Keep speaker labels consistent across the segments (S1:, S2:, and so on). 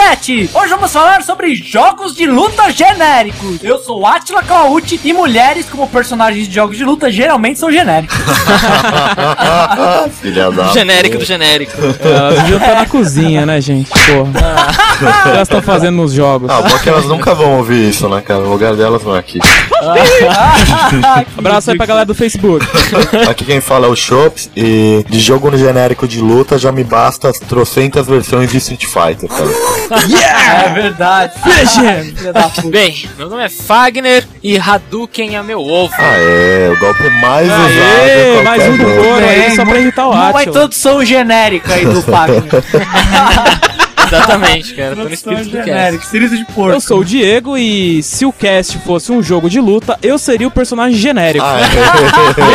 S1: Net. Hoje vamos falar sobre jogos de luta genéricos. Eu sou Atila Kawauchi e mulheres como personagens de jogos de luta geralmente são genéricos.
S2: Ah, Filha da
S3: Genérico do genérico.
S4: Elas deviam estar na cozinha, né, gente? Porra. O que elas estão fazendo nos jogos?
S2: Ah, bom que elas nunca vão ouvir isso, né, cara? O lugar delas não é aqui.
S4: Abraço aí pra galera do Facebook.
S2: Aqui quem fala é o Chops e de jogo no genérico de luta já me basta as trocentas versões de Street Fighter, cara.
S1: é verdade.
S4: Finish him.
S1: Filha da puta.
S3: Bem, meu nome é Fagner e Hadouken é meu ovo.
S2: Ah, é, o golpe mais usado em
S4: Aê,
S2: qualquer
S4: mais um do
S2: jogo.
S4: couro
S3: É
S4: aí,
S1: Bem, é
S4: só pra irritar o
S1: Uma
S4: Atila.
S1: introdução genérica aí do Fagner.
S3: Exatamente, cara. Tô no espírito do cast.
S1: cirisa de porco.
S4: Eu sou o Diego e se o cast fosse um jogo de luta, eu seria o personagem genérico.
S2: Ah,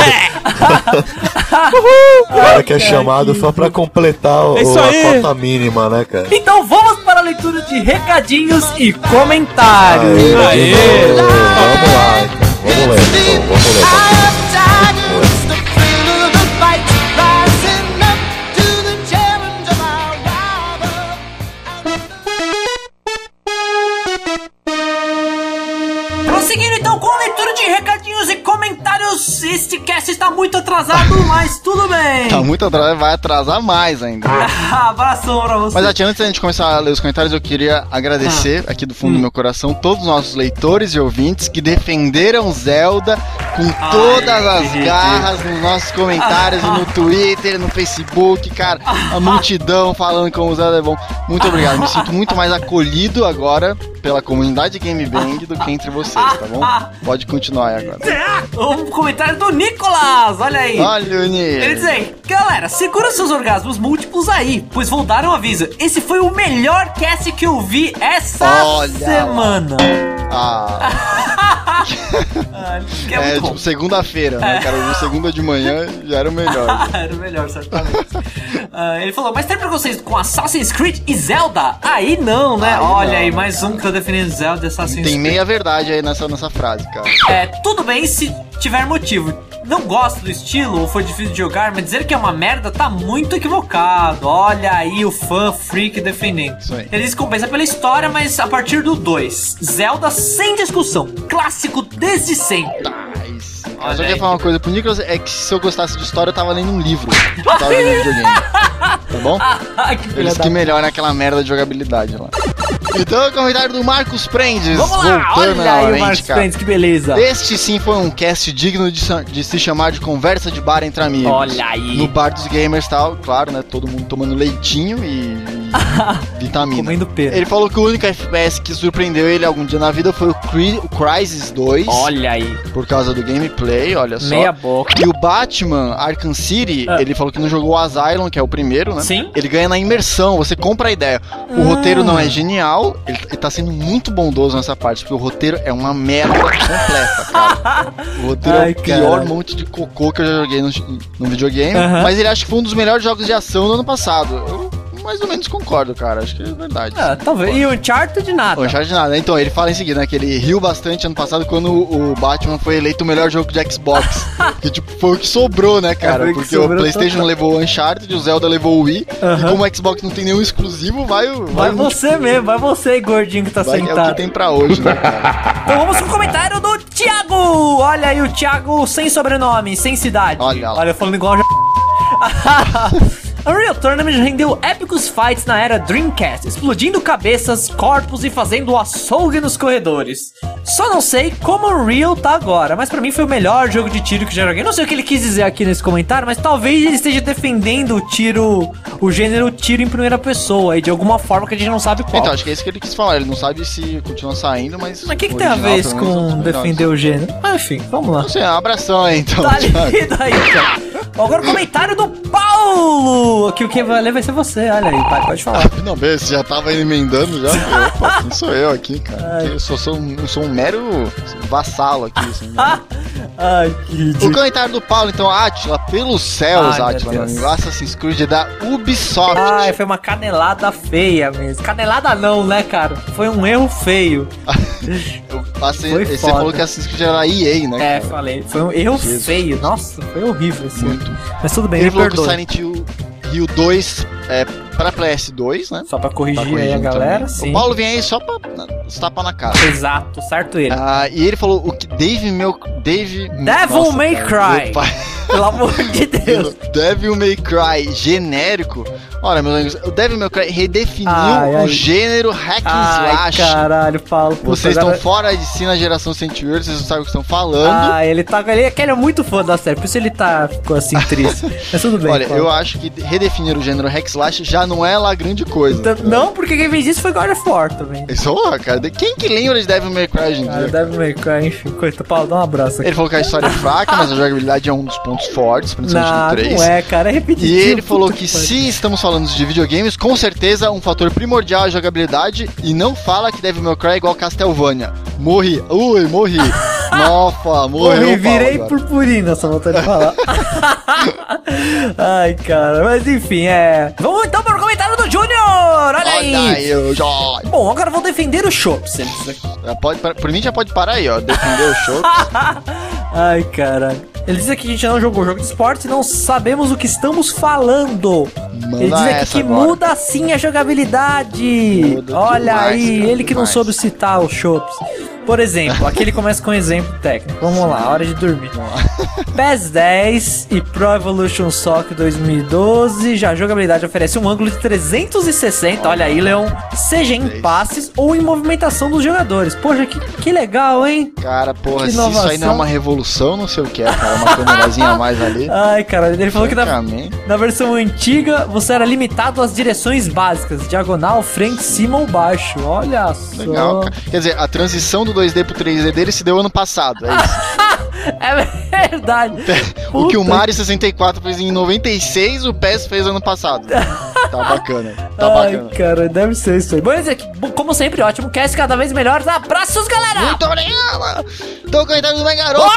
S2: é. o cara que é chamado só pra completar o,
S4: É isso
S2: a
S4: aí.
S2: cota mínima, né, cara?
S1: Então vamos para a leitura de recadinhos e comentários.
S4: Aê.
S2: Vamos lá, então. Vamos ler, então. Vamos ler. vamos ler.
S1: Prosseguindo então com a leitura de recadinhos e comentários. Este cast está muito atrasado,
S5: Ah.
S1: mas tudo bem.
S5: Tá muito atrasado, vai atrasar mais ainda.
S1: Abração pra você.
S5: Mas Ati, antes da gente começar a ler os comentários, eu queria agradecer aqui do fundo do meu coração todos os nossos leitores e ouvintes que defenderam Zelda com todas as
S1: que
S5: garras nos nossos comentários e no Twitter, no Facebook, cara. A multidão falando como o Zelda é bom. Muito obrigado, me sinto muito mais acolhido agora pela comunidade Game Bang do que entre vocês, tá bom? Pode continuar aí agora.
S1: Um comentário do Nicolas, olha aí.
S5: Olha o
S1: Ele diz
S5: Nil.
S1: aí, galera, segura seus orgasmos múltiplos aí, pois vou dar um aviso. Esse foi o melhor cast que eu vi essa
S5: Olha lá.
S1: semana.
S5: Ah,
S1: Ah, que é,
S5: é
S1: muito bom. É.
S5: tipo segunda-feira, né, cara? Eu vi Segunda de manhã já era o melhor.
S1: Era o melhor, certamente. Ah, ele falou, mas tem preconceito com Assassin's Creed e Zelda? Aí não, né?
S5: Aí
S1: Olha
S5: não,
S1: aí,
S5: né,
S1: mais um que tá definindo Zelda e Assassin's
S5: Tem
S1: Creed.
S5: meia verdade aí nessa, nessa frase, cara.
S1: É, tudo bem se tiver motivo. Não gosto do estilo ou foi difícil de jogar, mas dizer que é uma merda tá muito equivocado. Olha aí o fã freak defendendo.
S5: Isso aí.
S1: Ele se compensa pela história, mas a partir do 2. Zelda sem discussão. Clássico desde sempre.
S5: Tá, Mas,
S1: Olha
S5: eu é só queria
S1: aí.
S5: falar uma coisa pro Nicolas, é que se eu gostasse de história, eu tava lendo um livro. Eu tava lendo um videogame. Tá bom?
S1: Ah, Ai, que filha
S5: Eles
S1: da...
S5: que melhoram aquela merda de jogabilidade lá. Então, o comentário do Marcos Prendes.
S1: Vamos lá,
S5: voltando
S1: olha aí o
S5: novamente,
S1: Marcos
S5: cara.
S1: Prendes, que beleza.
S5: Este sim foi um cast digno de, sa- de se chamar de conversa de bar entre amigos.
S1: Olha aí.
S5: No bar dos gamers tal, claro, né? Todo mundo tomando leitinho e, e vitamina.
S1: Comendo pera.
S5: Ele falou que o único FPS que surpreendeu ele algum dia na vida foi o, Cri o Crysis 2.
S1: Olha aí,
S5: por causa do gameplay, olha só.
S1: meia boca.
S5: E o Batman Arkham City,
S1: Ah.
S5: ele falou que não jogou o Asylum, que é o primeiro, né?
S1: Sim.
S5: Ele ganha na imersão, você compra a ideia.
S1: Ah.
S5: O roteiro não é genial, ele, ele tá sendo muito bondoso nessa parte, porque o roteiro é uma merda completa, cara. O roteiro
S1: Ai,
S5: é o pior
S1: cara.
S5: monte de cocô que eu já joguei no, no videogame,
S1: Aham.
S5: mas ele acha que foi um dos melhores jogos de ação do ano passado. Eu mais ou menos concordo, cara, acho que é verdade.
S1: Ah, talvez. E o Uncharted de nada.
S5: Bom, Uncharted nada. Então, ele fala em seguida, né? Que ele riu bastante ano passado quando o o Batman foi eleito o melhor jogo de Xbox. que, tipo, foi o que sobrou, né,
S1: É, foi
S5: cara?
S1: o que
S5: Porque o
S1: sobrou
S5: PlayStation
S1: total.
S5: levou o Uncharted, o Zelda levou o Wii.
S1: Aham.
S5: E como o Xbox não tem nenhum exclusivo, vai o.
S1: Vai
S5: o
S1: você mesmo, vai você aí, gordinho que tá
S5: vai- é o que
S1: sentado.
S5: tem pra hoje, né, cara?
S1: Então vamos pro comentário do Thiago! Olha aí o Thiago sem sobrenome, sem cidade.
S5: Olha lá.
S1: Olha, falando igual a... Unreal Tournament rendeu épicos fights na era Dreamcast, explodindo cabeças, corpos e fazendo açougue nos corredores. Só não sei como Unreal tá agora, mas pra mim foi o melhor jogo de tiro que já joguei. Não sei o que ele quis dizer aqui nesse comentário, mas talvez ele esteja defendendo o tiro, o gênero tiro em primeira pessoa, aí de alguma forma que a gente não sabe qual.
S5: Então, acho que é isso que ele quis falar. Ele não sabe se continua saindo, mas.
S1: Mas o que, que
S5: o
S1: tem a
S5: original,
S1: ver isso
S5: pelo menos, é um dos
S1: com
S5: melhores.
S1: defender o gênero? Ah, enfim, vamos lá.
S5: Não sei, um abração aí, então.
S1: Tá
S5: Thiago.
S1: lido aí, cara. Agora o comentário do Paulo! Que o que vai ler vai ser você, olha aí, pai, pode falar.
S5: Não, bem, você já tava emendando já. Opa, quem sou eu aqui, cara? Eu só sou, um- eu sou um mero vassalo aqui, assim. né?
S1: Ah! Ai, que
S5: O
S1: ridículo.
S5: comentário do Paulo, então, Atila, pelos céus,
S1: Ai, meu
S5: Atila, meu
S1: Deus.
S5: amigo, Assassin's Creed é da Ubisoft.
S1: Ai, foi uma canelada feia mesmo. Canelada não, né, cara? Foi um erro feio.
S5: Eu passei,
S1: foi
S5: você
S1: foda.
S5: falou que Assassin's Creed era da EA, né?
S1: É,
S5: cara?
S1: falei. Foi um erro feio. Nossa, foi horrível esse.
S5: Muito.
S1: Mas tudo bem,
S5: Ele
S1: me
S5: falou que o
S1: perdoe.
S5: Silent Hill, Hill 2 é pra PS2, né?
S1: Só pra corrigir
S5: Tá
S1: aí a
S5: corrigindo
S1: galera,
S5: também.
S1: sim.
S5: O Paulo vem aí só pra estapa na cara.
S1: Exato, certo ele.
S5: Ah, e ele falou o que Dave meu Dave
S1: Devil May
S5: cara,
S1: Cry.
S5: meu pai.
S1: Pelo amor de Deus.
S5: Devil May Cry genérico. Olha, meus amigos, o Devil May Cry redefiniu
S1: Ai,
S5: o
S1: ai.
S5: gênero hack and
S1: Ai,
S5: slash.
S1: caralho, Paulo. puta,
S5: Vocês estão
S1: agora-
S5: fora de si na geração Centurion, vocês não sabem o que estão falando.
S1: Ah, ele tá. Ele, é que ele é muito fã da série, por isso ele tá ficou assim triste. Mas tudo bem.
S5: Olha,
S1: Paulo.
S5: eu acho que redefinir o gênero hack slash já não é lá grande coisa.
S1: Então, Não, porque quem fez isso foi God of War também.
S5: Isso, ó, cara, de- quem que lembra de Devil May Cry hoje em
S1: Ah,
S5: dia?
S1: Devil May Cry, enfim. Coitado, Paulo, dá um abraço aqui.
S5: Ele falou que a história é fraca, mas a jogabilidade é um dos pontos fortes, principalmente
S1: Não,
S5: do 3.
S1: não é, cara, é
S5: um E
S1: repetitivo.
S5: ele falou
S1: puta
S5: que
S1: pariu.
S5: se estamos falando de videogames, com certeza um fator primordial é a jogabilidade e não fala que Devil May Cry é igual Castlevania. Morri. Ui, morri. Nossa,
S1: Porra,
S5: morreu. o
S1: e
S5: Paulo
S1: virei
S5: agora.
S1: purpurina, só vontade de falar. Ai, cara, mas enfim, é. Vamos então para o comentário do Júnior! Olha, aí!
S5: Olha aí, o Jó.
S1: Bom, agora eu vou defender o Chops.
S5: Já pode par- Por mim já pode parar aí, ó. Defender o show.
S1: Ai, cara. Ele diz aqui que a gente não jogou jogo de esporte e não sabemos o que estamos falando.
S5: Manda
S1: ele diz aqui
S5: essa
S1: que
S5: agora.
S1: muda sim a jogabilidade.
S5: Muda
S1: Olha
S5: demais,
S1: aí,
S5: cara,
S1: ele que não
S5: demais.
S1: soube citar o Chops. Por exemplo, aqui ele começa com um exemplo técnico. Vamos lá, hora de dormir. PES 10 e Pro Evolution Soccer 2012. Já a jogabilidade oferece um ângulo de 360. Olha aí, Leon. Seja em
S5: Dez.
S1: passes ou em movimentação dos jogadores. Poxa, que, que legal, hein?
S5: Cara, porra,
S1: Que
S5: se isso aí não é
S1: inovação.
S5: uma revolução, não sei o que é, cara. Uma câmerazinha a mais ali.
S1: Ai, cara, ele falou que na,
S5: Francamente.
S1: na versão antiga você era limitado às direções básicas: diagonal, frente, cima ou baixo. Olha só.
S5: Legal, cara. Quer dizer, a transição do 2D pro 3D dele se deu ano passado, é isso.
S1: É verdade.
S5: o que o
S1: Puta
S5: Mario 64 fez em 96, o PES fez ano passado. Tá bacana, tá
S1: Ai,
S5: bacana.
S1: cara, deve ser isso aí. Bom, esse aqui, bom, como sempre, ótimo. Cast cada vez melhor. Abraços, galera!
S5: Muito obrigado! Então, coitado do meu garoto!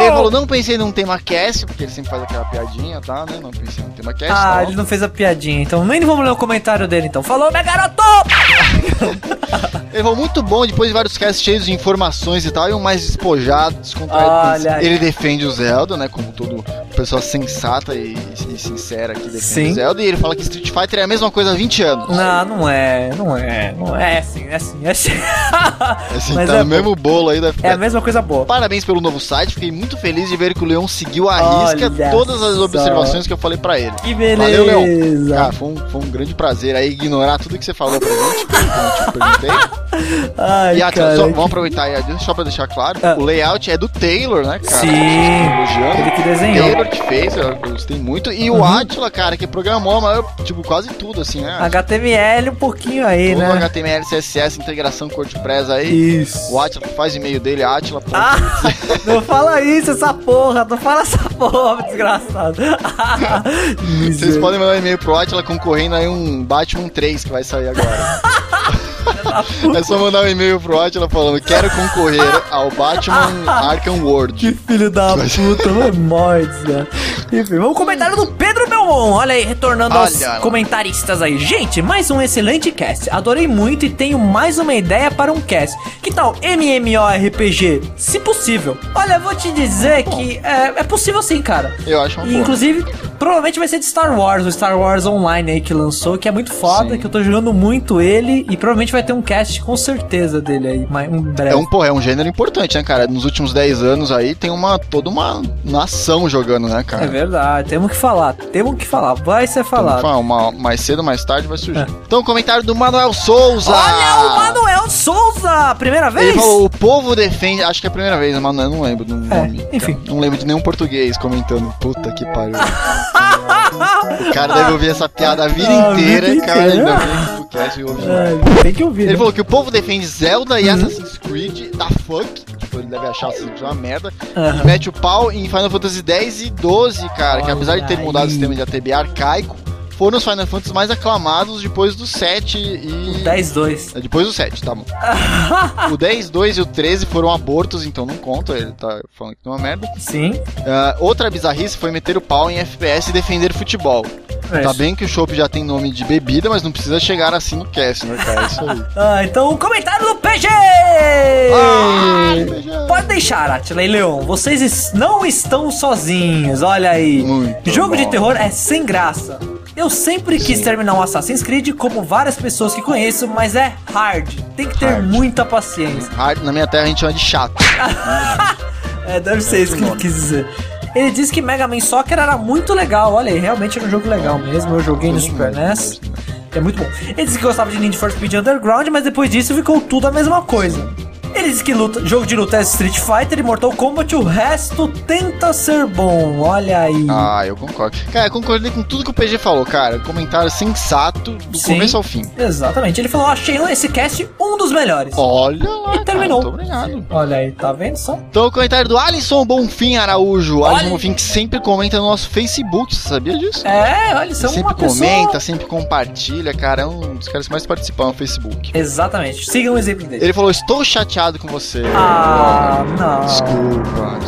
S5: Ele falou, não pensei num tema cast, porque ele sempre faz aquela piadinha, tá, né? Não pensei num tema cast,
S1: Ah,
S5: tá
S1: ele
S5: bom.
S1: não fez a piadinha, então nem vamos ler o comentário dele, então. Falou, meu garoto!
S5: Ele falou, muito bom, depois de vários casts cheios de informações e tal, e um mais despojado, descontraído. assim."
S1: Olha aí.
S5: Ele defende o Zelda, né? Como todo pessoa sensata e, e sincera que defende
S1: Sim.
S5: o Zelda. E ele fala que Street Fighter é a mesma coisa há 20 anos.
S1: Não, não é, não é, não é. É assim, é assim, é assim.
S5: Assim,
S1: Mas
S5: tá
S1: é
S5: no mesmo bolo aí da
S1: É a mesma coisa boa.
S5: Parabéns pelo novo site, fiquei muito feliz de ver que o Leon seguiu a risca
S1: Olha
S5: todas as
S1: só.
S5: observações que eu falei pra ele.
S1: Que
S5: Valeu, Leon.
S1: beleza.
S5: Cara, foi um, foi um grande prazer aí ignorar tudo que você falou pra gente, que eu te perguntei.
S1: Ai,
S5: E ah,
S1: cara,
S5: só,
S1: que-
S5: vamos aproveitar aí, só pra deixar claro,
S1: Ah.
S5: o layout é do Taylor, né, cara?
S1: Sim.
S5: Elogiando.
S1: Ele que
S5: O
S1: desenhou.
S5: Taylor que fez, eu gostei muito. E o
S1: Uhum.
S5: Atila, cara, que programou, mas, tipo, quase tudo, assim, né?
S1: HTML um pouquinho aí,
S5: Todo
S1: né?
S5: HTML, CSS, integração com WordPress aí.
S1: Isso.
S5: O Atila faz o e-mail dele, Atila. ponto
S1: Ah, não fala isso, essa porra. Não fala essa porra, desgraçado.
S5: Vocês
S1: Miser-
S5: podem mandar um e-mail pro Atila concorrendo aí um Batman 3 que vai sair agora. é só mandar um e-mail pro Atila falando: quero concorrer ao Batman Arkham
S1: Que
S5: World.
S1: filho da puta, vai morrer, desgraçado. Enfim, vamos ao comentário do Pedro Belmont. Olha aí, retornando aos
S5: Olha lá.
S1: comentaristas aí. Gente, mais um excelente cast. Adorei muito e tenho mais uma ideia para um cast. Que tal MMORPG? Se possível. Olha, vou te dizer que é, é possível sim, cara.
S5: Eu acho uma
S1: E,
S5: boa.
S1: inclusive, provavelmente vai ser de Star Wars, o Star Wars Online aí que lançou, que é muito foda,
S5: Sim.
S1: que eu tô jogando muito ele, e provavelmente vai ter um cast com certeza dele aí, mais um breve.
S5: É um, porra, é um gênero importante, né, cara? Nos últimos 10 anos aí tem uma toda uma nação jogando, né,
S1: É
S5: cara?
S1: verdade, temos que falar, temos que falar, vai ser
S5: Então,
S1: falado.
S5: fala, uma, mais cedo, mais tarde vai
S1: É.
S5: surgir. Então, comentário do Manuel Souza.
S1: Olha o Manuel Souza, primeira
S5: Ele
S1: vez?
S5: falou, o povo defende. Acho que é a primeira vez, mano. Eu não lembro do
S1: É.
S5: nome. cara.
S1: enfim.
S5: Não lembro de nenhum português comentando. Puta que pariu. o cara deve ouvir essa piada a vida
S1: A
S5: inteira,
S1: vida
S5: cara.
S1: inteira.
S5: Ainda bem que o podcast ouve.
S1: É, tem que ouvir.
S5: Ele
S1: né?
S5: falou que o povo defende Zelda
S1: Uhum.
S5: e Assassin's Creed da funk. Tipo, ele deve achar Assassin's Creed uma merda.
S1: Aham.
S5: E mete o pau em Final Fantasy X e 12, cara. que
S1: Olha
S5: apesar de ter mudado
S1: aí.
S5: o sistema de ATB arcaico, foram os Final Fantasy mais aclamados depois do 7 e.
S1: 10-2.
S5: É depois do 7, tá bom. o 10, 2 e o 13 foram abortos, então não conta, ele tá falando que não é uma merda.
S1: Sim.
S5: Ah, outra bizarrice foi meter o pau em FPS e defender futebol.
S1: é
S5: Tá
S1: isso.
S5: bem que o chopp já tem nome de bebida, mas não precisa chegar assim no cast, né, cara? É isso aí.
S1: Ah, então o comentário do PG!
S5: Ai, beijão.
S1: Pode deixar, Atila e Leon. Vocês es- não estão sozinhos, olha aí.
S5: Muito
S1: Jogo
S5: bom.
S1: de terror é sem graça. Eu sempre quis terminar um Assassin's Creed, como várias pessoas que conheço, mas é hard. Tem que ter
S5: Hard.
S1: muita paciência.
S5: Hard, na minha terra a gente chama de chato.
S1: É, deve ser isso que ele quis dizer. Ele disse que Mega Man Soccer era muito legal. Olha aí, realmente era um jogo legal mesmo. Eu joguei no Super NES. É muito bom. Ele disse que gostava de Need for Speed Underground, mas depois disso ficou tudo a mesma coisa. Ele disse que luta- jogo de luta é Street Fighter e Mortal Kombat, o resto tenta ser bom. Olha aí.
S5: Ah, eu concordo. Cara, eu concordei com tudo que o PG falou, cara. Comentário sensato do
S1: Sim.
S5: começo ao fim.
S1: Exatamente. Ele falou: achei esse cast um dos melhores.
S5: Olha lá,
S1: E
S5: cara,
S1: terminou.
S5: muito obrigado.
S1: Olha aí, tá vendo só?
S5: Então, o comentário do Alisson Bonfim Araújo.
S1: Olha.
S5: Alisson Bonfim que sempre comenta no nosso Facebook, você sabia disso?
S1: É, olha, são
S5: sempre
S1: uma pessoa.
S5: comenta, sempre compartilha, cara. É um dos caras que mais participam no Facebook.
S1: Exatamente. Sigam o exemplo dele.
S5: Ele falou: Estou chateado com você.
S1: Ah, não.
S5: Desculpa.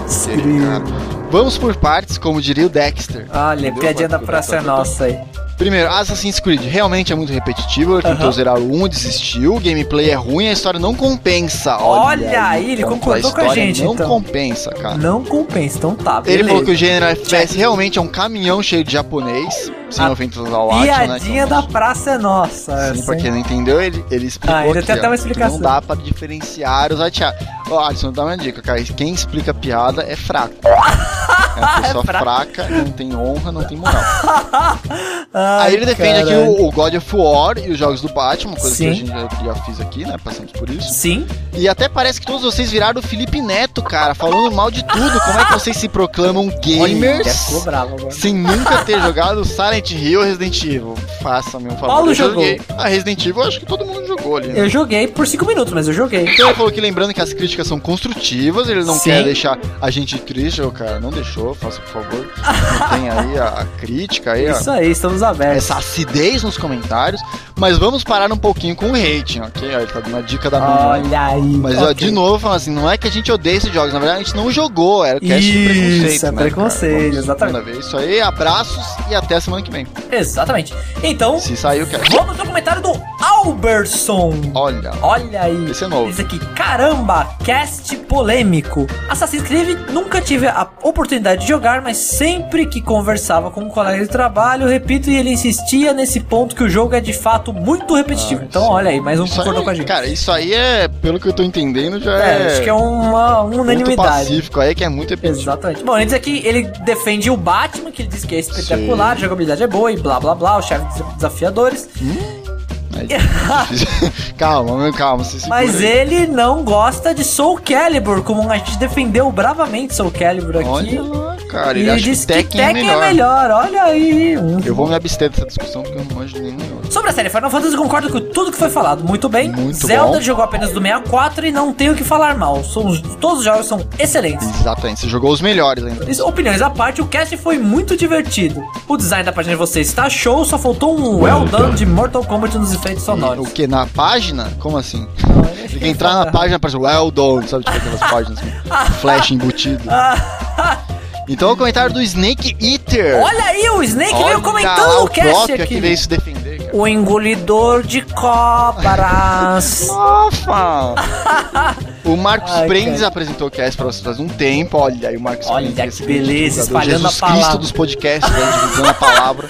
S1: Putz,
S5: Ele, cara. Vamos por partes, como diria o Dexter.
S1: Olha, piadinha da praça é nossa aí.
S5: Primeiro, Assassin's Creed realmente é muito repetitivo. Ele tentou
S1: Aham.
S5: zerar o 1, desistiu. O gameplay é ruim, a história não compensa. Olha,
S1: Olha aí, ele
S5: Então,
S1: concordou
S5: a
S1: com a
S5: história
S1: gente,
S5: Não
S1: então.
S5: compensa, cara.
S1: Não compensa, então tá, beleza.
S5: Ele falou que o gênero FPS realmente é um caminhão cheio de japonês, sem
S1: A
S5: ofensas ao action, né?
S1: Piadinha da praça é nossa.
S5: Sim, pra
S1: assim.
S5: quem não entendeu, ele, ele explicou
S1: Ah, ele
S5: aqui,
S1: tem até
S5: ó,
S1: uma
S5: que
S1: explicação.
S5: Não dá pra diferenciar os atirar. Ó, Alisson, dá uma dica, cara. Quem explica piada é fraco. É uma pessoa fraca, não tem honra, não tem moral.
S1: Ai,
S5: Aí ele defende aqui
S1: caralho.
S5: o, o God of War e os jogos do Batman, coisa que
S1: Sim.
S5: a gente já, já fiz aqui, né? Passamos por isso.
S1: Sim,
S5: E até parece que todos vocês viraram o Felipe Neto, cara, falando mal de tudo. Como é que vocês se proclamam
S1: Olha, né? já
S5: gamers
S1: ficou bravo agora.
S5: sem nunca ter jogado Silent Hill ou Resident Evil? Faça meu favor.
S1: Paulo
S5: Eu
S1: jogou.
S5: joguei. A Resident Evil eu acho que todo mundo jogou ali. né?
S1: Eu joguei por 5 minutos, mas eu joguei.
S5: Então ele falou que lembrando que as críticas são construtivas, ele não
S1: Sim.
S5: quer deixar a gente triste, ô cara, não deixou, faça por favor. Tem aí a, a crítica aí, ó,
S1: Isso aí, estamos abertos.
S5: essa acidez nos comentários, mas vamos parar um pouquinho com o hate, ok? Ó, Ele tá dando uma dica da minha.
S1: Olha aí.
S5: Mas ó,
S1: ok.
S5: de novo, falando assim, não é que a gente odeia esses jogos, na verdade a gente não jogou, era o cast de
S1: Isso,
S5: preconceito.
S1: é
S5: né,
S1: preconceito,
S5: cara? Vamos,
S1: exatamente.
S5: segunda Vez. Isso aí, abraços e até semana que vem.
S1: Exatamente. Então,
S5: Se sair o cast.
S1: vamos ao comentário do Alberson.
S5: Olha.
S1: Olha aí.
S5: Esse é novo.
S1: Diz aqui, caramba, cast polêmico. Assassin's Creed nunca tive a oportunidade de jogar, mas sempre que conversava com um colega de trabalho, repito, e ele insistia nesse ponto que o jogo é de fato muito repetitivo. então, olha aí, mais um
S5: Ah, Isso
S1: concordou
S5: aí,
S1: com a gente.
S5: Cara, isso aí é, pelo que eu tô entendendo, já
S1: é,
S5: é.
S1: acho que é uma
S5: Muito
S1: unanimidade.
S5: pacífico aí, que é muito repetitivo.
S1: Exatamente. Bom, ele diz aqui, ele defende o Batman, que ele diz que é espetacular, a jogabilidade é boa e blá blá blá, os chefes desafiadores.
S5: calma, meu, calma, se segura
S1: Mas é
S5: aí.
S1: ele não gosta de Soul Calibur, como a gente defendeu bravamente Soul Calibur aqui.
S5: Olha lá, cara,
S1: e
S5: ele acha
S1: diz
S5: que
S1: que Tekken,
S5: Tekken é melhor.
S1: é melhor, olha aí. Um.
S5: Eu vou me abster dessa discussão porque eu não manjo um de nenhum outro.
S1: Sobre a série Final Fantasy, eu concordo com tudo que foi falado. Muito bem.
S5: Muito
S1: Zelda
S5: bom.
S1: jogou apenas do 64 e não tenho o que falar mal. São, os- todos os jogos são excelentes.
S5: Exatamente, você jogou os melhores ainda.
S1: Isso, Opiniões à parte, o cast foi muito divertido. O design da página de vocês está show, só faltou um well,
S2: Well
S1: done
S2: done.
S1: de Mortal Kombat nos efeitos sonoros.
S5: O que? Na página? Como assim? Tem que entrar na
S1: página.
S5: página para well done, sabe? Tipo aquelas páginas com flash embutido. Então o comentário do Snake Eater.
S1: Olha aí, o Snake
S5: Olha
S1: veio
S5: lá,
S1: comentando o cast
S5: próprio é
S1: aqui.
S5: que veio se defender, cara.
S1: O engolidor de cobras.
S5: Nossa! o Marcos
S1: Ai,
S5: Prendes
S1: cara.
S5: apresentou o cast pra vocês faz um tempo. Olha aí, o Marcos
S1: Olha
S5: Prendes,
S1: que
S5: esse
S1: beleza,
S5: divulgador,
S1: espalhando
S5: Jesus
S1: a palavra.
S5: Cristo dos podcasts, né, divulgando a palavra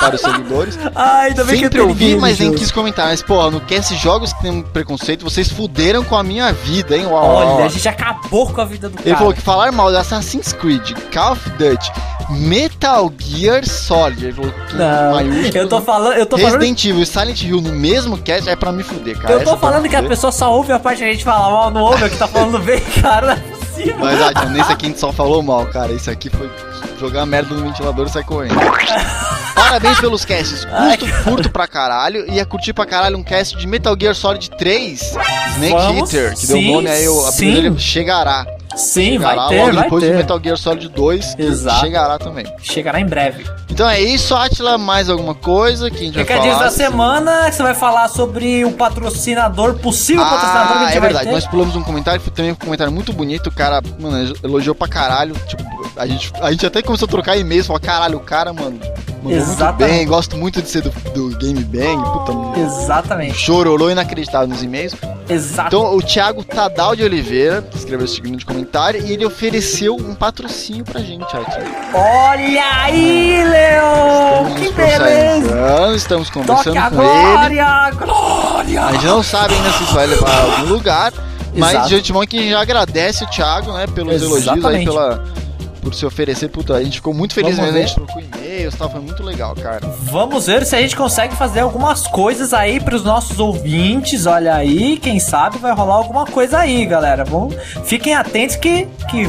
S5: para os seguidores.
S1: Ai, ainda bem que
S5: Sempre
S1: eu
S5: ouvi,
S1: perdi
S5: mas
S1: esse
S5: nem
S1: jogo.
S5: quis comentar. Mas, porra, no cast Jogos que tem um preconceito, vocês fuderam com a minha vida, hein? Uau, uau,
S1: Olha,
S5: uau.
S1: a gente acabou com a vida do
S5: Ele
S1: cara.
S5: falou que falar mal de Assassin's Creed, Call of Duty, Metal Gear Solid, ele falou que
S1: Não,
S5: é maiúsculo, né?
S1: eu tô falando, eu tô falando,
S5: Resident Evil e Silent Hill no mesmo cast é pra me fuder, cara.
S1: eu
S5: Essa é
S1: tô
S5: pra
S1: falando
S5: me
S1: que a
S5: fuder.
S1: pessoa só ouve a parte que a gente fala mal, não ouve o que tá falando bem, cara, não é possível.
S5: Mas Adriano, nesse aqui a gente só falou mal, cara. Isso aqui foi jogar merda no ventilador e sair correndo. Parabéns pelos casts. Curto, curto pra caralho. Ia curtir pra caralho um cast de Metal Gear Solid 3. Snake
S1: Vamos,
S5: Eater, que deu
S1: sim,
S5: o nome aí, o apelido
S1: sim.
S5: dele chegará.
S1: Sim,
S5: Chegará
S1: vai ter,
S5: logo
S1: vai
S5: depois do
S1: ter.
S5: Metal Gear Solid 2, que
S1: Exato.
S5: chegará também.
S1: Chegará em breve.
S5: Então é isso, Atila. Mais alguma coisa que a gente vai falar?
S1: Recadinhos da semana, que você vai falar sobre o patrocinador, possível um patrocinador que a
S5: Ah,
S1: gente vai
S5: é verdade.
S1: ter.
S5: é Nós pulamos um comentário, foi também um comentário muito bonito. O cara, mano, elogiou pra caralho. Tipo, A gente, a gente até começou a trocar e-mails, falar, caralho, o cara, mano, mandou
S1: Exatamente.
S5: muito bem, gosto muito de ser do, do Game Bang, puta, um
S1: Exatamente.
S5: chororô inacreditável nos e-mails.
S1: Exato.
S5: Então, o Thiago Tadal de Oliveira escreveu esse seguinte comentário e ele ofereceu um patrocínio pra gente, Arthur.
S1: Olha aí, Leon! Oh, Que beleza!
S5: conversando, estamos conversando
S1: Toque a
S5: com ele.
S1: glória! Glória!
S5: A gente não sabe ainda se isso vai levar a algum lugar, mas
S1: Exato.
S5: de antemão que a gente já agradece o Thiago, né, pelos elogios aí,
S1: Exatamente.
S5: pela, por se oferecer. Puta, a gente ficou muito feliz
S1: Vamos
S5: mesmo, a gente trocou e-mails e tal, foi muito legal, cara.
S1: Vamos ver se a gente consegue fazer algumas coisas aí pros nossos ouvintes. Olha aí, quem sabe vai rolar alguma coisa aí, galera. Vamos, fiquem atentos que, que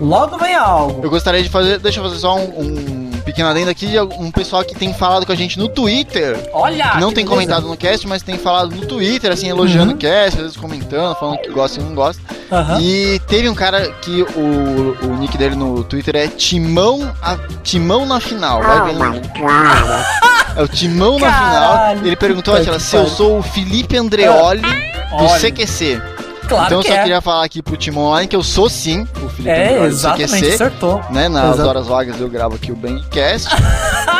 S1: logo vem algo.
S5: Eu gostaria de fazer, deixa eu fazer só um, um pequeno adendo aqui, de um pessoal que tem falado com a gente no Twitter,
S1: Olha! Ah,
S5: não
S1: que
S5: tem
S1: beleza. Uhum.
S5: comentado no cast, mas tem falado no Twitter, assim, elogiando o cast, às vezes comentando, falando que gosta e não gosta.
S1: Aham.
S5: E teve um cara que o, o nick dele no Twitter é Timão, a- Timão na final. Vai vendo. É o Timão na
S1: Caralho,
S5: final. Ele perguntou
S1: puta
S5: aquela,
S1: que
S5: se eu
S1: pariu.
S5: sou o Felipe Andreoli do
S1: Olha,
S5: CQC.
S1: claro
S5: então eu
S1: que
S5: só
S1: é.
S5: queria falar aqui pro Timão Online que eu sou sim o Felipe
S1: É,
S5: Andreoli do
S1: exatamente,
S5: CQC.
S1: acertou.
S5: Né, nas
S1: Exato.
S5: horas vagas eu gravo aqui o Bangcast.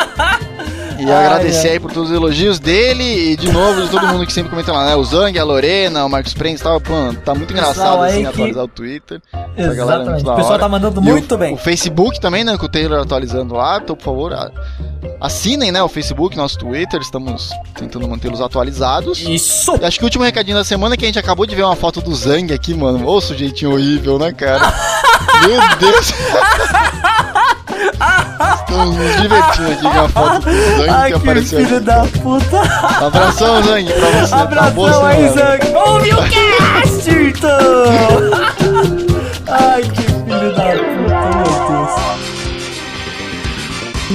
S5: E
S1: Ai,
S5: agradecer aí por todos os elogios dele e de novo de todo mundo que sempre comenta lá, né? O Zang, a Lorena, o Marcos Prens e tal. Pô, tá muito engraçado
S1: Pessoal aí
S5: assim
S1: que-
S5: atualizar o Twitter. Essa galera é muito
S1: Exatamente.
S5: da
S1: O pessoal
S5: hora.
S1: tá mandando
S5: E
S1: muito
S5: o,
S1: bem.
S5: O Facebook também, né? Que o Taylor atualizando lá. Então, por favor, a- assinem, né? O Facebook, nosso Twitter. Estamos tentando mantê-los atualizados.
S1: Isso!
S5: E Acho que o último recadinho da semana é que a gente acabou de ver uma foto do Zang aqui, mano. Ô, sujeitinho horrível, né, cara? Meu Deus! Estamos nos divertindo aqui com a foto do Zang
S1: Ai,
S5: que
S1: que
S5: apareceu
S1: filho
S5: aqui.
S1: da puta!
S5: Abração, Zang, pra você. tá
S1: Abração
S5: bom,
S1: aí,
S5: mano?
S1: Zang! Ouve o cast, então! Ai, que filho da puta, meu Deus.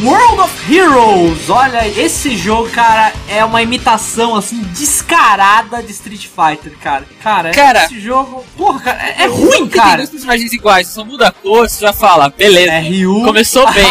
S1: World of Heroes! Olha, esse jogo, cara, é uma imitação, assim, descarada de Street Fighter, cara. Cara,
S3: Cara,
S1: esse jogo... Porra, cara, é, é ruim, cara!
S3: Tem dois personagens iguais, só muda a cor, você já fala, beleza.
S1: É Ryu.
S3: Começou bem.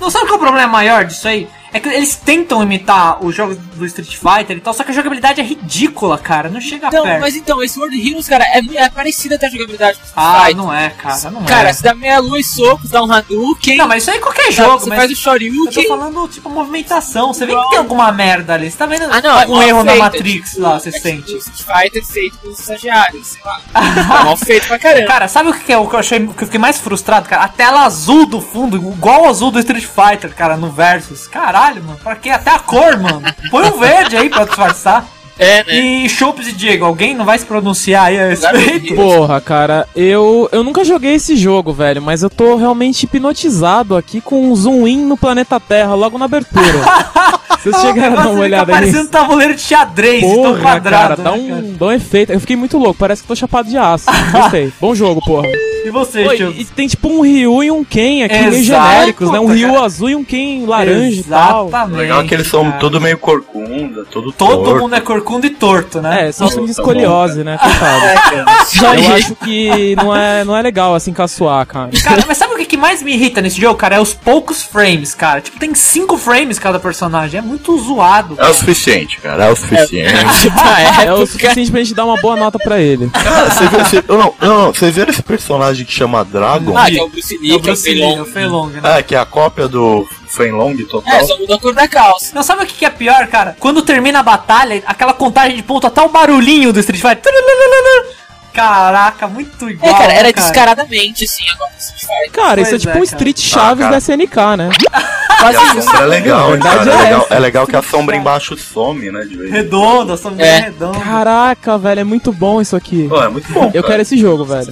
S1: não sabe qual é o problema maior disso aí? É que eles tentam imitar os jogos do Street Fighter e tal, só que a jogabilidade é ridícula, cara. Não chega
S3: Então,
S1: perto.
S3: mas então, esse World Heroes, cara, é, é parecida até a jogabilidade do Street
S1: Ah,
S3: Fighter.
S1: não é, cara. Não
S3: Cara,
S1: é.
S3: você dá meia luz, soco, dá um Hadouken,
S1: Não, mas isso aí é qualquer
S3: sabe,
S1: jogo,
S3: você
S1: mas
S3: faz o
S1: eu tô
S3: Shoryuken.
S1: falando, tipo, movimentação. Você vê que tem alguma merda ali. Você tá vendo
S3: Ah, não, é
S1: um
S3: mal
S1: erro na
S3: feito,
S1: Matrix
S3: tipo,
S1: lá, você
S3: é tipo
S1: sente.
S3: Street Fighter feito pelos estagiários, sei lá. é mal feito pra caramba.
S1: Cara, sabe o que, que, eu, que eu achei que eu fiquei mais frustrado, cara? A tela azul do fundo, igual o azul do Street Fighter, cara, no Versus. Caralho, mano, pra quê? Até a cor, mano. Põe um verde aí pra disfarçar.
S3: É, né?
S1: E Chopes e Diego, alguém não vai se pronunciar aí a respeito?
S4: Porra, cara, eu, eu nunca joguei esse jogo, velho, mas eu tô realmente hipnotizado aqui com um zoom in no planeta Terra logo na abertura. Vocês chegaram a dar uma olhada
S3: tá
S4: aí?
S1: parecendo um
S4: nisso?
S1: tabuleiro de xadrez, tão
S4: Porra,
S1: quadrado.
S4: cara, dá
S1: né,
S4: um, dá um efeito. Eu fiquei muito louco, parece que tô chapado de aço. Gostei. Bom jogo, porra.
S1: E você,
S4: Oi,
S1: Chopes?
S4: e tem tipo um Ryu e um Ken aqui, meio
S1: Exato,
S4: genéricos, né? Um
S1: cara.
S4: Ryu azul e um Ken laranja e tal.
S1: Exatamente.
S2: Legal é que eles são
S1: cara.
S2: tudo meio corcunda, todo
S1: Todo
S2: torto.
S1: mundo é corcunda e torto, né?
S4: É, só
S2: Nossa,
S4: tem escoliose, né?
S1: É,
S4: Coitado. Eu acho que não é, não é legal assim caçoar, cara.
S1: Cara, mas sabe o que, que mais me irrita nesse jogo, cara? É os poucos frames, cara. Tipo, tem cinco frames cada personagem. É muito zoado.
S2: É o suficiente, cara, é o suficiente.
S3: Tá, Ah,
S4: É o suficiente pra gente dar uma boa nota pra ele.
S2: Cara, vocês viram esse... Não, não, não, vocês viram esse personagem que chama Dragon?
S3: Ah, que é o Bruce
S1: É
S3: Lee, que é o
S1: Bruce Lee, é
S3: Pelon.
S1: o Felong, né?
S2: Ah, que é a cópia do Fenlong total.
S3: É, só muda a cor da calça.
S1: Não, sabe o que que é pior, cara? Quando termina a batalha, aquela contagem de ponto, até o barulhinho do Street Fighter. Trululululu. Caraca, muito
S3: É,
S1: igual. né,
S3: cara, era descaradamente assim, agora Street Fighter.
S4: Cara, isso é
S1: Pois
S4: tipo
S1: é,
S4: um
S1: cara.
S4: Street Chaves
S2: Ah, cara.
S4: da SNK, né?
S2: E a sombra é legal, hein,
S4: verdade
S2: cara. É
S4: é
S2: legal,
S4: essa.
S2: é legal que a sombra embaixo some, né? De vez. em
S1: Redonda, são bem
S3: É.
S1: redonda.
S4: Caraca, velho, é muito bom isso aqui.
S2: quando. Pô, é muito bom.
S4: Eu quero
S2: cara.
S4: esse jogo, velho.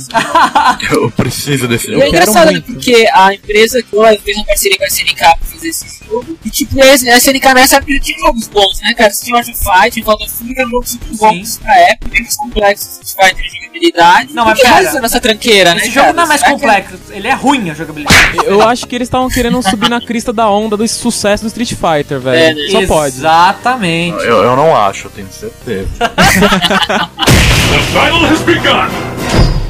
S2: Eu preciso desse
S3: E é
S4: quero
S3: engraçado, né?
S4: muito.
S3: Porque a empresa que ela fez uma parceria com a SNK pra fazer esse jogo. E tipo, esse- a SNK nessa época tinha jogos bons, né, cara? Você tinha o Age of Fight, tinha o Call of Duty, eram jogos muito bons pra época, eles complexos, Street Fighter de jogabilidade.
S1: Não, mas
S3: Porque
S1: pera.
S3: mais essa nossa tranqueira, né?
S1: Esse jogo
S3: cara?
S1: não é mais
S3: Será que-
S1: complexo, ele é ruim a jogabilidade.
S4: Eu acho que eles estavam querendo subir na crista da onda do sucesso do Street Fighter, velho.
S3: É, né?
S4: Só pode.
S1: Exatamente.
S2: Eu, eu não acho, eu tenho certeza.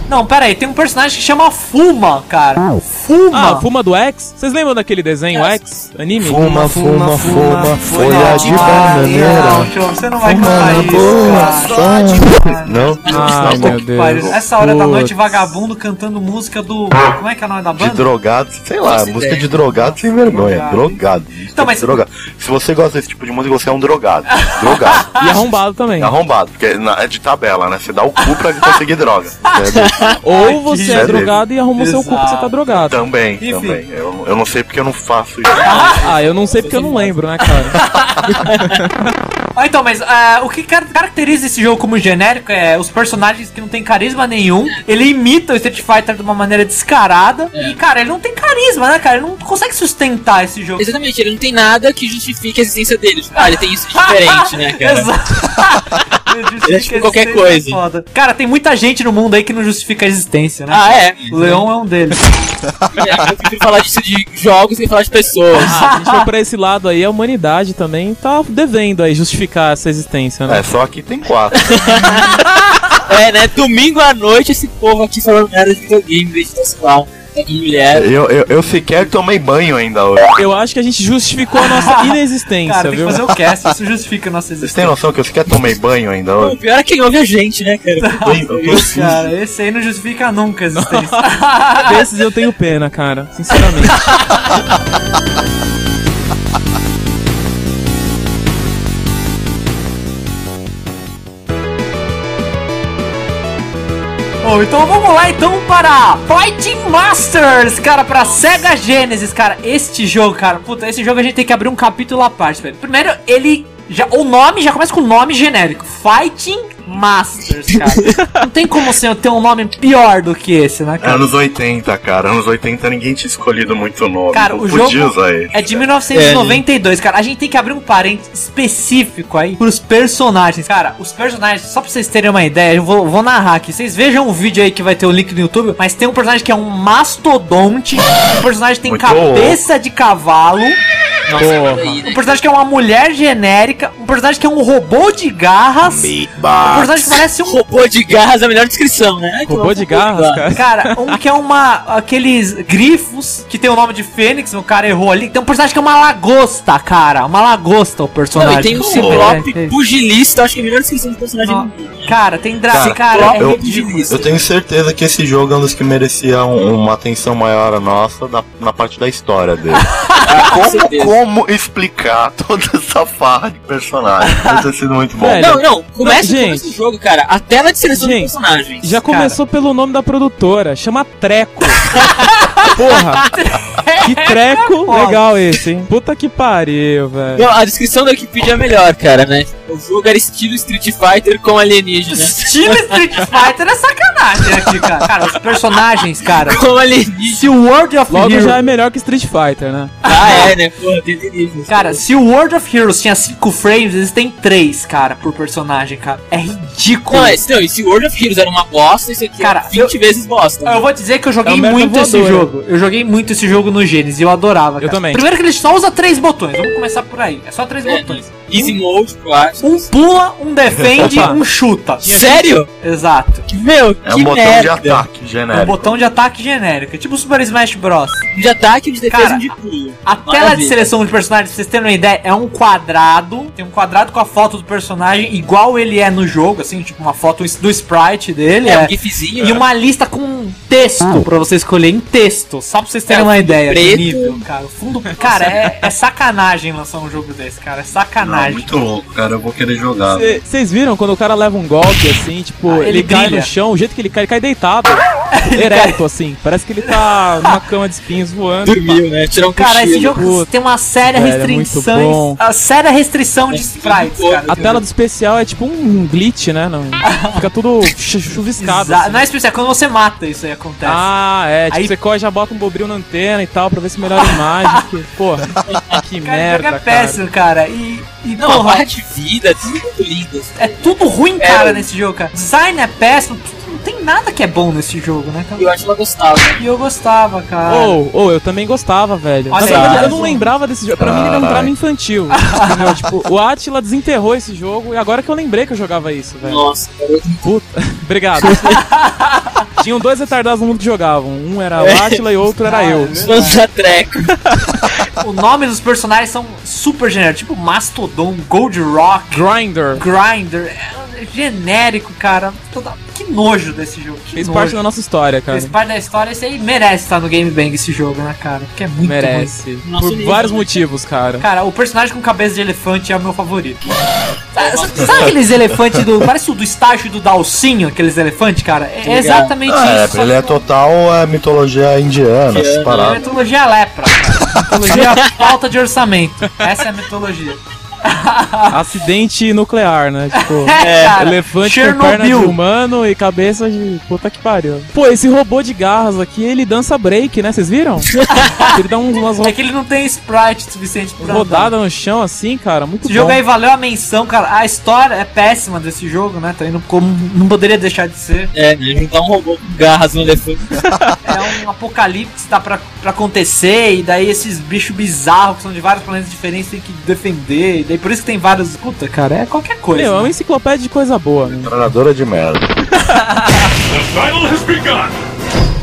S1: Não, pera aí, tem um personagem que chama Fuma, cara. Fuma.
S4: Ah, Fuma do X? Vocês lembram daquele desenho X? Anime?
S2: Fuma, fuma, fuma, folha de
S1: Ah, não,
S2: bananeira.
S1: João, você não vai
S2: Fuma
S1: cantar
S2: né? na
S1: isso, cara.
S2: boa, Não?
S4: Ah,
S2: Tá
S4: Ai,
S2: bom.
S4: meu Deus.
S1: Essa hora da
S4: Putz.
S1: noite, vagabundo cantando música do. Como é que é o nome da
S2: De
S1: banda?
S2: drogado, sei lá,
S3: Faço
S2: música
S3: ideia.
S2: de drogado sem vergonha.
S1: Drogado.
S2: Drogado. música
S1: Então, mas-
S2: de drogado. Se você gosta desse tipo de música, você é um drogado. Drogado.
S4: E arrombado também.
S2: É arrombado, porque na- é de tabela, né? Você dá o cu pra conseguir droga. É,
S4: Ou você
S2: Ai,
S4: é
S2: que-
S4: drogado e arruma o seu cu que você tá
S1: Exato.
S4: drogado.
S2: também,
S1: Enfim.
S2: também. Eu, eu não sei porque eu não faço isso.
S4: Ah, eu não sei porque eu não lembro, né, cara?
S1: Ah, então, mas ah, o que car- caracteriza esse jogo como genérico é os personagens que não tem carisma nenhum. Ele imita o Street Fighter de uma maneira descarada. E, cara, ele não tem carisma, né, cara? Ele não consegue sustentar esse jogo.
S3: Exatamente, ele não tem nada que justifique a existência dele. Tipo, ah, ele tem isso de diferente, né, cara?
S1: Exato. Ele justifica
S3: Ele tipo
S1: a
S3: qualquer
S1: existência,
S3: coisa.
S1: é foda. Cara, tem muita gente no mundo aí que não justifica a existência, né?
S3: Ah, é.
S1: O Leon é um deles.
S3: Eu prefiro falar disso de jogos do que falar de pessoas.
S1: Ah.
S4: Se a gente for pra esse lado aí, a humanidade também tá devendo aí justificar essa existência, né?
S2: É, só que tem quatro.
S3: É, né? Domingo à noite esse povo aqui falando merda de videogame, em vez de transformar uma mulher.
S2: Eu, eu, eu sequer tomei banho ainda hoje.
S4: Eu acho que a gente justificou a nossa inexistência,
S1: Cara, tem
S4: viu?
S1: que fazer o cast, isso justifica a nossa
S2: Vocês têm
S1: existência.
S2: noção que eu sequer tomei banho ainda
S3: O
S2: hoje?
S3: pior é quem ouve a gente, né, cara?
S2: Eu tô- eu tô sujo.
S1: Cara, esse aí não justifica nunca a existência. um
S4: Desses eu tenho pena, cara, sinceramente.
S1: Bom, então vamos lá então para Fighting Masters, cara, para Sega Genesis, cara. Este jogo, cara, puta, esse jogo a gente tem que abrir um capítulo à parte, velho. Primeiro, ele já o nome já começa com nome genérico, Fighting Masters, cara. Não tem como você ter um nome pior do que esse, né, cara?
S2: Anos 80, cara. Anos 80 ninguém tinha escolhido muito nome.
S1: Cara,
S2: não
S1: o
S2: podia
S1: jogo
S2: usar ele.
S1: É de 1992, cara. A gente tem que abrir um parênteses específico aí pros personagens. Cara, os personagens, só pra vocês terem uma ideia, eu vou, vou narrar aqui. Vocês vejam o vídeo aí que vai ter o link no YouTube, mas tem um personagem que é um mastodonte. O personagem tem
S2: Muito
S1: cabeça de cavalo.
S3: Aí,
S1: Um
S3: né?
S1: personagem que é uma mulher genérica. Um personagem que é um robô de garras. Um personagem que parece um
S3: Robô de garras é a melhor descrição, né?
S4: Robô de garras, cara.
S1: Cara, um que é uma. Aqueles grifos que tem o nome de Fênix, o cara errou ali. Tem um personagem que é uma lagosta, cara. Uma lagosta o personagem.
S3: Não, e tem um
S1: Pô, é,
S3: Ciclope
S1: é.
S3: pugilista, eu acho que é a melhor descrição de personagem do
S1: Não,
S3: mundo.
S1: Cara, tem dragão.
S2: Cara,
S1: Cara, é
S2: eu-
S1: ridículo.
S2: Eu tenho certeza que esse jogo é um dos que merecia um- uma atenção maior a nossa da- na parte da história dele.
S3: com
S2: como,
S3: certeza.
S2: como explicar toda essa farra de personagem? Deve ter sido muito bom.
S4: Velho,
S3: Não, não, começa
S4: Não,
S3: com
S4: gente.
S3: esse jogo, cara. A tela de seleção
S4: Gente,
S3: de personagens.
S4: Já começou pelo nome da produtora, chama Treco. Porra! Que treco
S1: foda.
S4: legal esse, hein? Puta que pariu, velho.
S3: Não, a descrição da Wikipedia é melhor, cara, né? O jogo era estilo Street Fighter com
S2: né?
S3: alienígena.
S1: Estilo Street Fighter é sacanagem aqui, cara. Cara, os personagens, cara.
S3: com alienígena.
S1: Se o World of
S4: Logo
S1: Heroes.
S4: já é melhor que Street Fighter, né?
S3: Ah, é, né? Porra, tem alienígena.
S1: Cara, se o World of Heroes tinha 5 frames, eles têm 3, cara, por personagem, cara. É ridículo.
S3: Não, esse, não, esse World of Heroes era uma bosta, esse aqui
S1: Cara,
S3: é 20 vezes bosta. né?
S1: Eu um vou dizer que eu joguei
S4: É uma
S1: muito esse
S4: voadora.
S1: jogo. Eu joguei muito esse jogo no Genesis e eu adorava.
S4: Eu
S1: cara.
S4: também.
S1: Primeiro que ele só usa três botões. Vamos começar por aí. É só três
S3: É,
S1: botões.
S3: Easy Mode, claro.
S1: Um pula, um defende, um chuta.
S3: Sério?
S1: Exato.
S3: Meu,
S2: é
S3: que
S2: um botão de
S3: merda.
S2: ataque
S1: É um
S2: genérico.
S1: botão de ataque genérico. é Tipo o Super Smash Bros.
S3: Um de ataque, um de defesa,
S1: Cara,
S3: um de pulo.
S1: A tela de
S3: Maravilha.
S1: seleção de personagens, pra vocês terem uma ideia, é um quadrado. Tem um quadrado com a foto do personagem, igual ele é no jogo, assim, tipo uma foto do sprite dele.
S3: É, um
S1: É,
S3: gifzinho.
S1: E uma lista com um
S4: Ah.
S1: texto pra você escolher em texto, só pra vocês terem
S3: É,
S1: uma
S3: fundo
S1: ideia do
S3: preto.
S1: nível, cara. O fundo. Cara, é, é sacanagem lançar um jogo desse, cara. É
S2: Não,
S1: sacanagem.
S2: muito louco, cara. Eu vou querer jogar.
S4: Vocês viram quando o cara leva um golpe assim, tipo,
S1: Ah, ele
S4: ele, cai
S1: brilha.
S4: no chão, o jeito que ele cai, ele cai deitado, ereto assim. Parece que ele tá numa cama de espinhos voando.
S3: Dormiu, né? Tirar um
S1: Cara, esse jogo
S4: Puta,
S1: tem uma séria
S4: velho, é muito
S1: restrição.
S4: bom.
S1: A séria restrição de
S3: É,
S1: sprites,
S3: muito
S1: cara.
S4: A tela do especial é tipo um glitch, né? Não, fica tudo chu- chuviscado.
S1: Exa-
S4: assim.
S1: Não é especial, é quando você mata isso aí acontece.
S4: Ah, é. Tipo,
S1: Aí-
S4: você corre, já bota um bobril na antena e tal, pra ver se melhora a imagem. Porque, porra, que
S1: cara, o
S4: merda,
S1: jogo é
S4: cara.
S1: péssimo, cara. E, e
S3: Não, a
S1: porra,
S3: parte é um de vida, tudo muito lindo. assim.
S1: é tudo ruim, cara,
S3: É.
S1: nesse jogo, cara. Design é péssimo, não tem nada que é bom nesse jogo, né, cara?
S3: Eu acho ela gostosa.
S1: E eu gostava, cara.
S4: Ou, ou, eu também gostava, velho.
S1: Olha
S4: Na
S1: aí,
S4: verdade,
S1: mais
S4: eu não
S1: um.
S4: lembrava desse jogo. Pra mim, ele era um
S2: Caralho.
S4: drama infantil. entendeu? tipo, o Atila desenterrou esse jogo e agora que eu lembrei que eu jogava isso, velho.
S3: Nossa, cara, eu
S4: Puta. Obrigado. Tinham dois retardados no mundo que jogavam. Um era
S1: É.
S4: o Atila e outro era eu.
S3: tô falando da treca.
S1: O nome dos personagens são super genéricos, tipo Mastodon, Gold Rock,
S4: Grinder.
S1: Grinder. é genérico, cara. Toda- Que nojo desse jogo. Que
S4: Fez
S1: nojo.
S4: parte da nossa história, né? cara.
S1: Fez parte da história, esse é aí merece estar no Game Bang esse jogo, né, cara? Porque é muito ruim.
S4: Merece.
S3: Nosso
S4: Por
S3: nível,
S4: vários
S3: né?
S4: motivos, cara.
S1: Cara, o personagem com cabeça de elefante é o meu favorito. sabe, sabe aqueles elefantes do. Parece o do estágio do Dalcinho, aqueles elefantes, cara? É exatamente
S2: É,
S1: isso. só
S2: ele é
S1: que-
S2: total é, mitologia indiana, né? essas
S1: É
S2: paradas.
S1: mitologia lepra, cara. Mitologia é falta de orçamento. Essa é a mitologia.
S4: Acidente nuclear, né? Tipo,
S1: É, cara,
S4: elefante com
S1: Chernobyl.
S4: perna de humano e cabeça de puta que pariu. Pô, esse robô de garras aqui, ele dança break, né? Vocês viram? ele dá uns- umas
S1: É que ele não tem sprite suficiente pra andar.
S4: rodadas no chão assim, cara. Muito
S1: Esse
S4: bom.
S1: jogo é aí valeu a menção, cara. A história é péssima desse jogo, né? Também não, como, não poderia deixar de ser.
S3: É, né? Juntar um robô com garras no elefante.
S1: É um apocalipse que tá pra, pra acontecer, e daí esses bichos bizarros que são de vários planetas diferentes tem que defender. E daí por isso que tem vários. Puta, cara, é qualquer coisa.
S4: Meu, é uma
S1: né?
S4: enciclopédia de coisa boa, né?
S2: Treinadora de merda.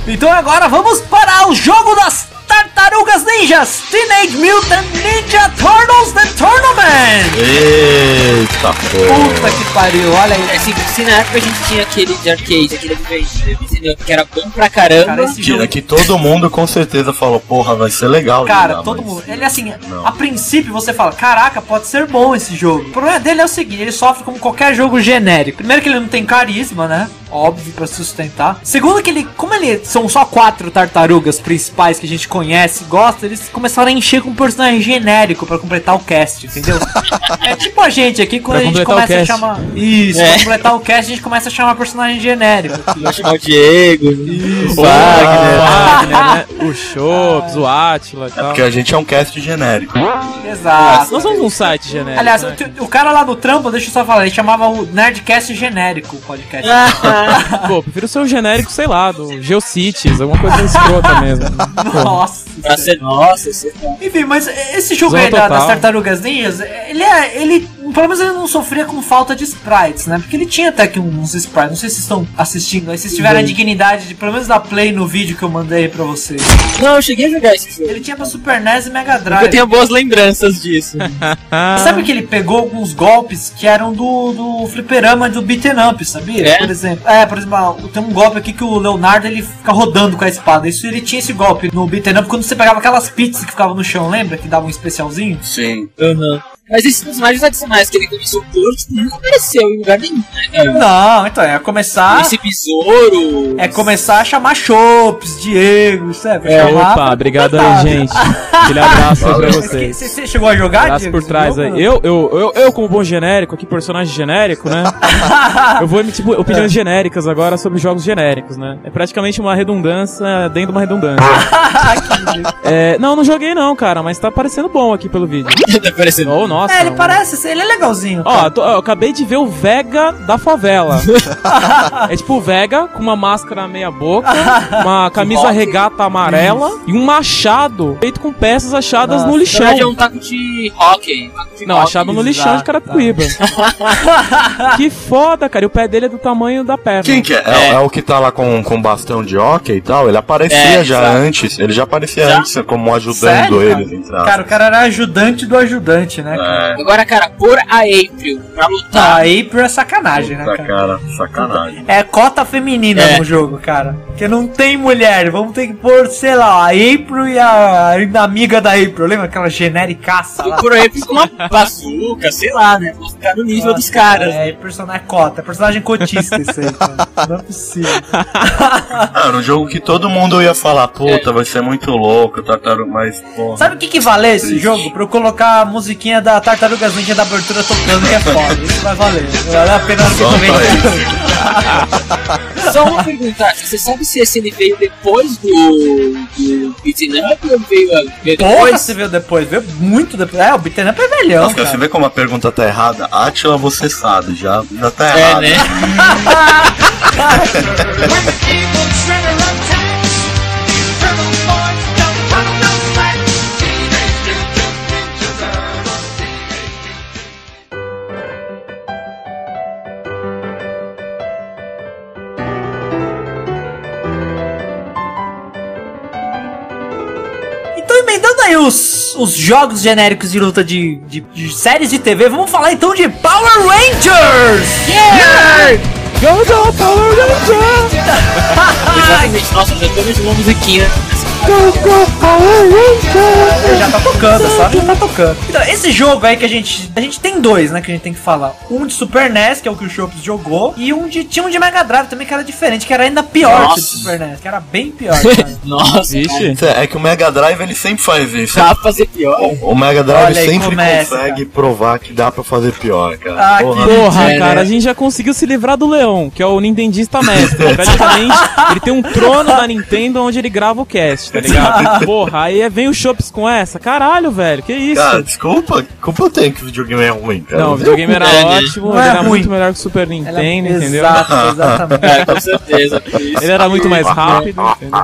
S1: Então agora vamos para o jogo das tartarugas ninjas! Teenage Mutant Ninja Turtles The Tournament!
S2: Eita
S1: Puta
S2: porra.
S1: que pariu, olha aí.
S3: É, se, se na época a gente tinha aquele de arcade, aquele de entendeu? Que era bom pra caramba.
S1: Cara, esse
S2: Tira
S1: jogo.
S2: que todo mundo com certeza falou, porra, vai ser legal.
S1: Cara,
S2: jogar,
S1: todo
S2: mas-
S1: mundo. Ele assim,
S2: Não.
S1: a princípio você fala: Caraca, pode ser bom esse jogo. O problema dele é o seguinte: ele sofre como qualquer jogo genérico. Primeiro, que ele não tem carisma, né? Óbvio, pra sustentar. Segundo, que ele. Como ele são só quatro tartarugas principais que a gente conhece e gosta, eles começaram a encher com um personagem genérico pra completar o cast, entendeu? é tipo a gente aqui, quando
S4: Pra
S1: a gente
S4: completar o
S1: começa a
S4: cast.
S1: chamar. Isso,
S3: É.
S1: pra completar o cast, a gente começa a chamar personagem genérico.
S3: Vou chamar o Diego, o
S4: O
S3: Wagner.
S1: Ah,
S2: Ah,
S4: Wagner, né? O Shops, o Atila e
S2: É
S4: tal.
S2: porque a gente é um cast genérico.
S1: Exato.
S4: Nós somos um site genérico.
S1: Ah, É, Aliás,
S4: né?
S1: o, o cara lá no trampo, deixa eu só falar, ele chamava o Nerdcast genérico o podcast.
S3: Ah.
S1: ah.
S4: Pô, prefiro ser o genérico, sei lá, do Geocities, alguma coisa assim escrota mesmo. Pô,
S1: Nossa.
S3: Pra ser nossa, é ser nossa.
S1: Enfim, mas esse jogo
S4: Zona
S1: aí da,
S4: total.
S1: das Tartarugas Ninjas, ele é. Ele, pelo menos ele não sofria com falta de sprites, né? Porque ele tinha até que uns sprites. Não sei se vocês estão assistindo aí, se tiveram a dignidade de pelo menos dar play no vídeo que eu mandei pra vocês.
S3: Não, eu cheguei a jogar esse jogo.
S1: Ele tinha pra Super NES e Mega
S3: Eu
S1: Drive.
S3: tenho boas lembranças disso.
S4: Ah,
S1: Sabe que ele pegou alguns golpes que eram do, do fliperama do beaten up, sabia?
S3: É?
S1: Por exemplo. É, por exemplo, ah, tem um golpe aqui que o Leonardo ele fica rodando com a espada. Isso ele tinha esse golpe no beaten up quando você pegava aquelas pizzas que ficavam no chão, lembra? Que davam um especialzinho?
S2: Sim.
S3: Mas esses personagens adicionais que ele começou por, tipo, nunca apareceu em lugar nenhum, né, cara?
S1: Não, então é começar.
S3: Esse besouro.
S1: É começar a chamar Chopes, Diego, sabe? Chamar
S4: é, Opa,
S1: pra
S4: obrigado aí,
S1: completar.
S4: gente. Aquele abraço aí pra
S2: Valeu.
S1: Mas que-
S4: vocês.
S1: Você você chegou a jogar,
S4: Abraço por
S1: esse
S4: trás
S1: jogo?
S4: aí. Eu, eu, eu, eu, como bom genérico, aqui personagem genérico, né? Eu vou emitir tipo, opiniões
S1: É.
S4: genéricas agora sobre jogos genéricos, né? É praticamente uma redundância dentro de uma redundância. É, não, não joguei não, cara, mas tá parecendo bom aqui pelo vídeo.
S3: tá aparecendo.
S4: Oh, nossa.
S1: É, ele
S4: um-
S1: parece, ser- ele é legalzinho.
S4: Ó, tô- ó, eu acabei de ver o Vega da favela. é tipo o Vega com uma máscara na meia boca, uma camisa
S3: boxe.
S4: regata amarela e um machado feito com peças achadas no
S3: Na verdade é um
S4: lixão.
S3: taco de hockey. taco de
S4: Não,
S3: hockey.
S4: achado no lixão de
S1: exato.
S4: Carapicuíba. que foda, cara. E o pé dele é do tamanho da perna.
S2: Quem que é? É, é o que tá lá com, com bastão de hockey e tal? Ele aparecia
S3: É,
S2: já
S3: exato.
S2: antes. Ele já aparecia
S3: Já?
S2: antes como ajudando
S1: Sério, cara?
S2: eles entrar.
S1: Cara, o cara era ajudante do ajudante, né? cara?
S3: Agora, cara, por a April pra lutar.
S1: Tá, aí por sacanagem, né,
S2: Puta,
S1: cara?
S2: É, tá cara, sacanagem.
S1: É cota feminina
S3: É.
S1: no jogo, cara. Porque não tem mulher. Vamos ter que pôr, sei lá, a April e a, a amiga da April. Lembra aquela genericaça lá?
S3: Por a April com uma bazuca, sei lá, né? Pra ficar no nível dos caras.
S1: É, personagem cota. É personagem cotista isso aí, cara. Não é possível.
S2: Ah, era um jogo que todo mundo ia falar, puta, vai ser muito louco, tartaruga, mas porra.
S1: Sabe o que que valer esse jogo? Pra eu colocar a musiquinha da Tartarugas Ninja da abertura tocando, que é foda. Isso vai valer. Vale a pena no que
S2: Só
S1: também.
S2: pra
S3: Só uma pergunta, você sabe se esse ele veio depois do, do Beaten Up ou veio a- veio
S1: Porra,
S3: depois?
S1: você veio depois, veio muito depois. É, o Beaten Up é velhão.
S2: Nossa,
S1: cara.
S2: você vê como a pergunta tá errada? Atila, você sabe, já, já tá
S3: É,
S2: errada.
S3: né?
S1: Então, emendando aí os, os jogos genéricos de luta de, de- de séries de TV, vamos falar então de Power Rangers!
S4: Go, go, Power Ranger!
S3: Exatamente, nossa, eu já tô mexendo uma musiquinha.
S4: Go, go, Power Ranger!
S1: Ele já tá tocando, sabe? Já tá tocando. Então, esse jogo aí que a gente. A gente tem dois, né? Que a gente tem que falar. Um de Super NES, que é o que o Chops jogou, e um de. Tinha um de Mega Drive também que era diferente, que era ainda pior que o de
S3: Nossa.
S1: Super NES, que era bem pior. cara.
S3: né? Nossa,
S4: Vixe.
S2: É que o Mega Drive ele sempre faz isso.
S3: dá pra fazer pior.
S2: O Mega Drive
S1: Olha aí,
S2: sempre
S1: começa,
S2: consegue provar que dá pra fazer pior,
S1: Ah,
S2: cara. Porra.
S4: Porra,
S3: É,
S4: cara,
S3: né?
S4: a gente já conseguiu se livrar do Leão, que é o Nintendista mestre. Praticamente, ele tem um trono da Nintendo onde ele grava o cast, tá ligado? Porra, aí é, vem o Chops com essa. Caralho, velho, que isso?
S2: Cara, Ah, desculpa, culpa eu tenho que o videogame é ruim, cara.
S4: Não, o videogame era
S3: É, né?
S4: ótimo,
S1: Não
S4: ele
S1: é
S4: era
S1: ruim.
S4: muito melhor que o Super
S1: Ela-
S4: Nintendo, entendeu?
S1: é Exato, exatamente.
S3: É, com certeza.
S4: Ele era muito mais rápido, entendeu?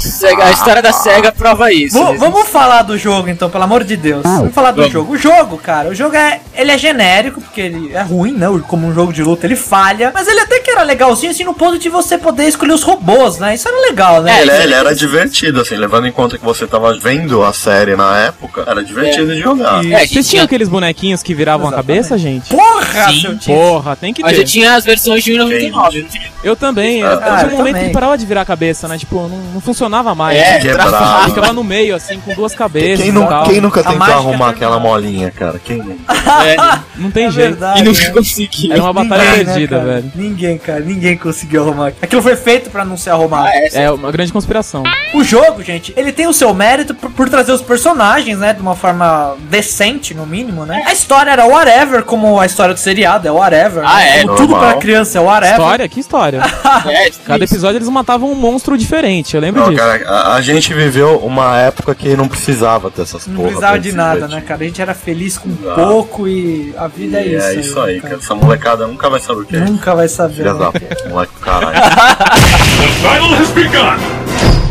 S3: Sega- a história da SEGA prova isso.
S1: Vo-
S3: né?
S1: vamos falar do jogo então, pelo amor de Deus. Vamos falar do
S3: Vamos.
S1: jogo. O jogo, cara, o jogo é. Ele é genérico, porque ele é ruim, né? Como um jogo de luta, ele falha. Mas ele até que era legalzinho, assim, no ponto de você poder escolher os robôs, né? Isso era legal, né?
S2: Ele, é- ele era divertido, assim, levando em conta que você tava vendo a série na época, era divertido de jogar.
S3: É, a gente
S4: Vocês tinham
S3: tinha,
S4: aqueles bonequinhos que viravam a cabeça, gente?
S1: Porra,
S3: Sim.
S1: seu
S4: Porra, tem que
S3: mas eu
S4: ter.
S3: tinha as versões de um 99. não tinha-
S4: Eu também.
S2: Ah,
S4: eu-
S1: eu
S4: tinha um momento
S1: também.
S4: que parava de virar a cabeça, né? Tipo, não, não funcionava mais.
S3: É,
S4: né?
S2: Quebrava.
S4: Ficava no meio, assim, com duas cabeças
S2: Quem,
S4: e
S2: nu-
S4: tal.
S2: quem nunca
S1: A
S2: tentou
S1: mágica
S2: arrumar
S1: é
S2: aquela molinha, cara? Quem nunca?
S4: Não tem
S1: É
S4: jeito.
S1: verdade.
S3: E
S1: né?
S3: nunca consegui.
S4: Era é uma batalha
S1: Ninguém, né,
S4: perdida,
S1: cara?
S4: velho.
S1: Ninguém, cara, ninguém conseguiu arrumar. Aquilo foi feito pra não ser arrumado.
S3: Ah,
S4: É uma grande conspiração.
S1: O jogo, gente, ele tem o seu mérito por, por trazer os personagens, né, de uma forma decente, no mínimo, né? A história era whatever, como a história do seriado é whatever.
S3: Ah,
S1: né?
S3: é,
S1: Como tudo
S2: normal.
S1: pra criança é whatever.
S4: História? Que história?
S3: É,
S4: Cada episódio eles matavam um monstro diferente, eu lembro
S2: Não,
S4: disso.
S2: cara, a, a gente viveu uma época que não precisava dessas
S1: Não
S2: porra
S1: precisava
S2: pra
S1: de
S2: se
S1: nada,
S2: divertir.
S1: né, cara? A gente era feliz com
S2: Exato.
S1: pouco e a vida é
S2: E
S1: isso.
S2: é isso aí,
S1: né,
S2: cara. Essa molecada nunca vai saber o que é.
S1: Nunca vai saber.
S2: Filha
S1: né,
S2: da
S1: cara?
S2: puta, moleque do caralho.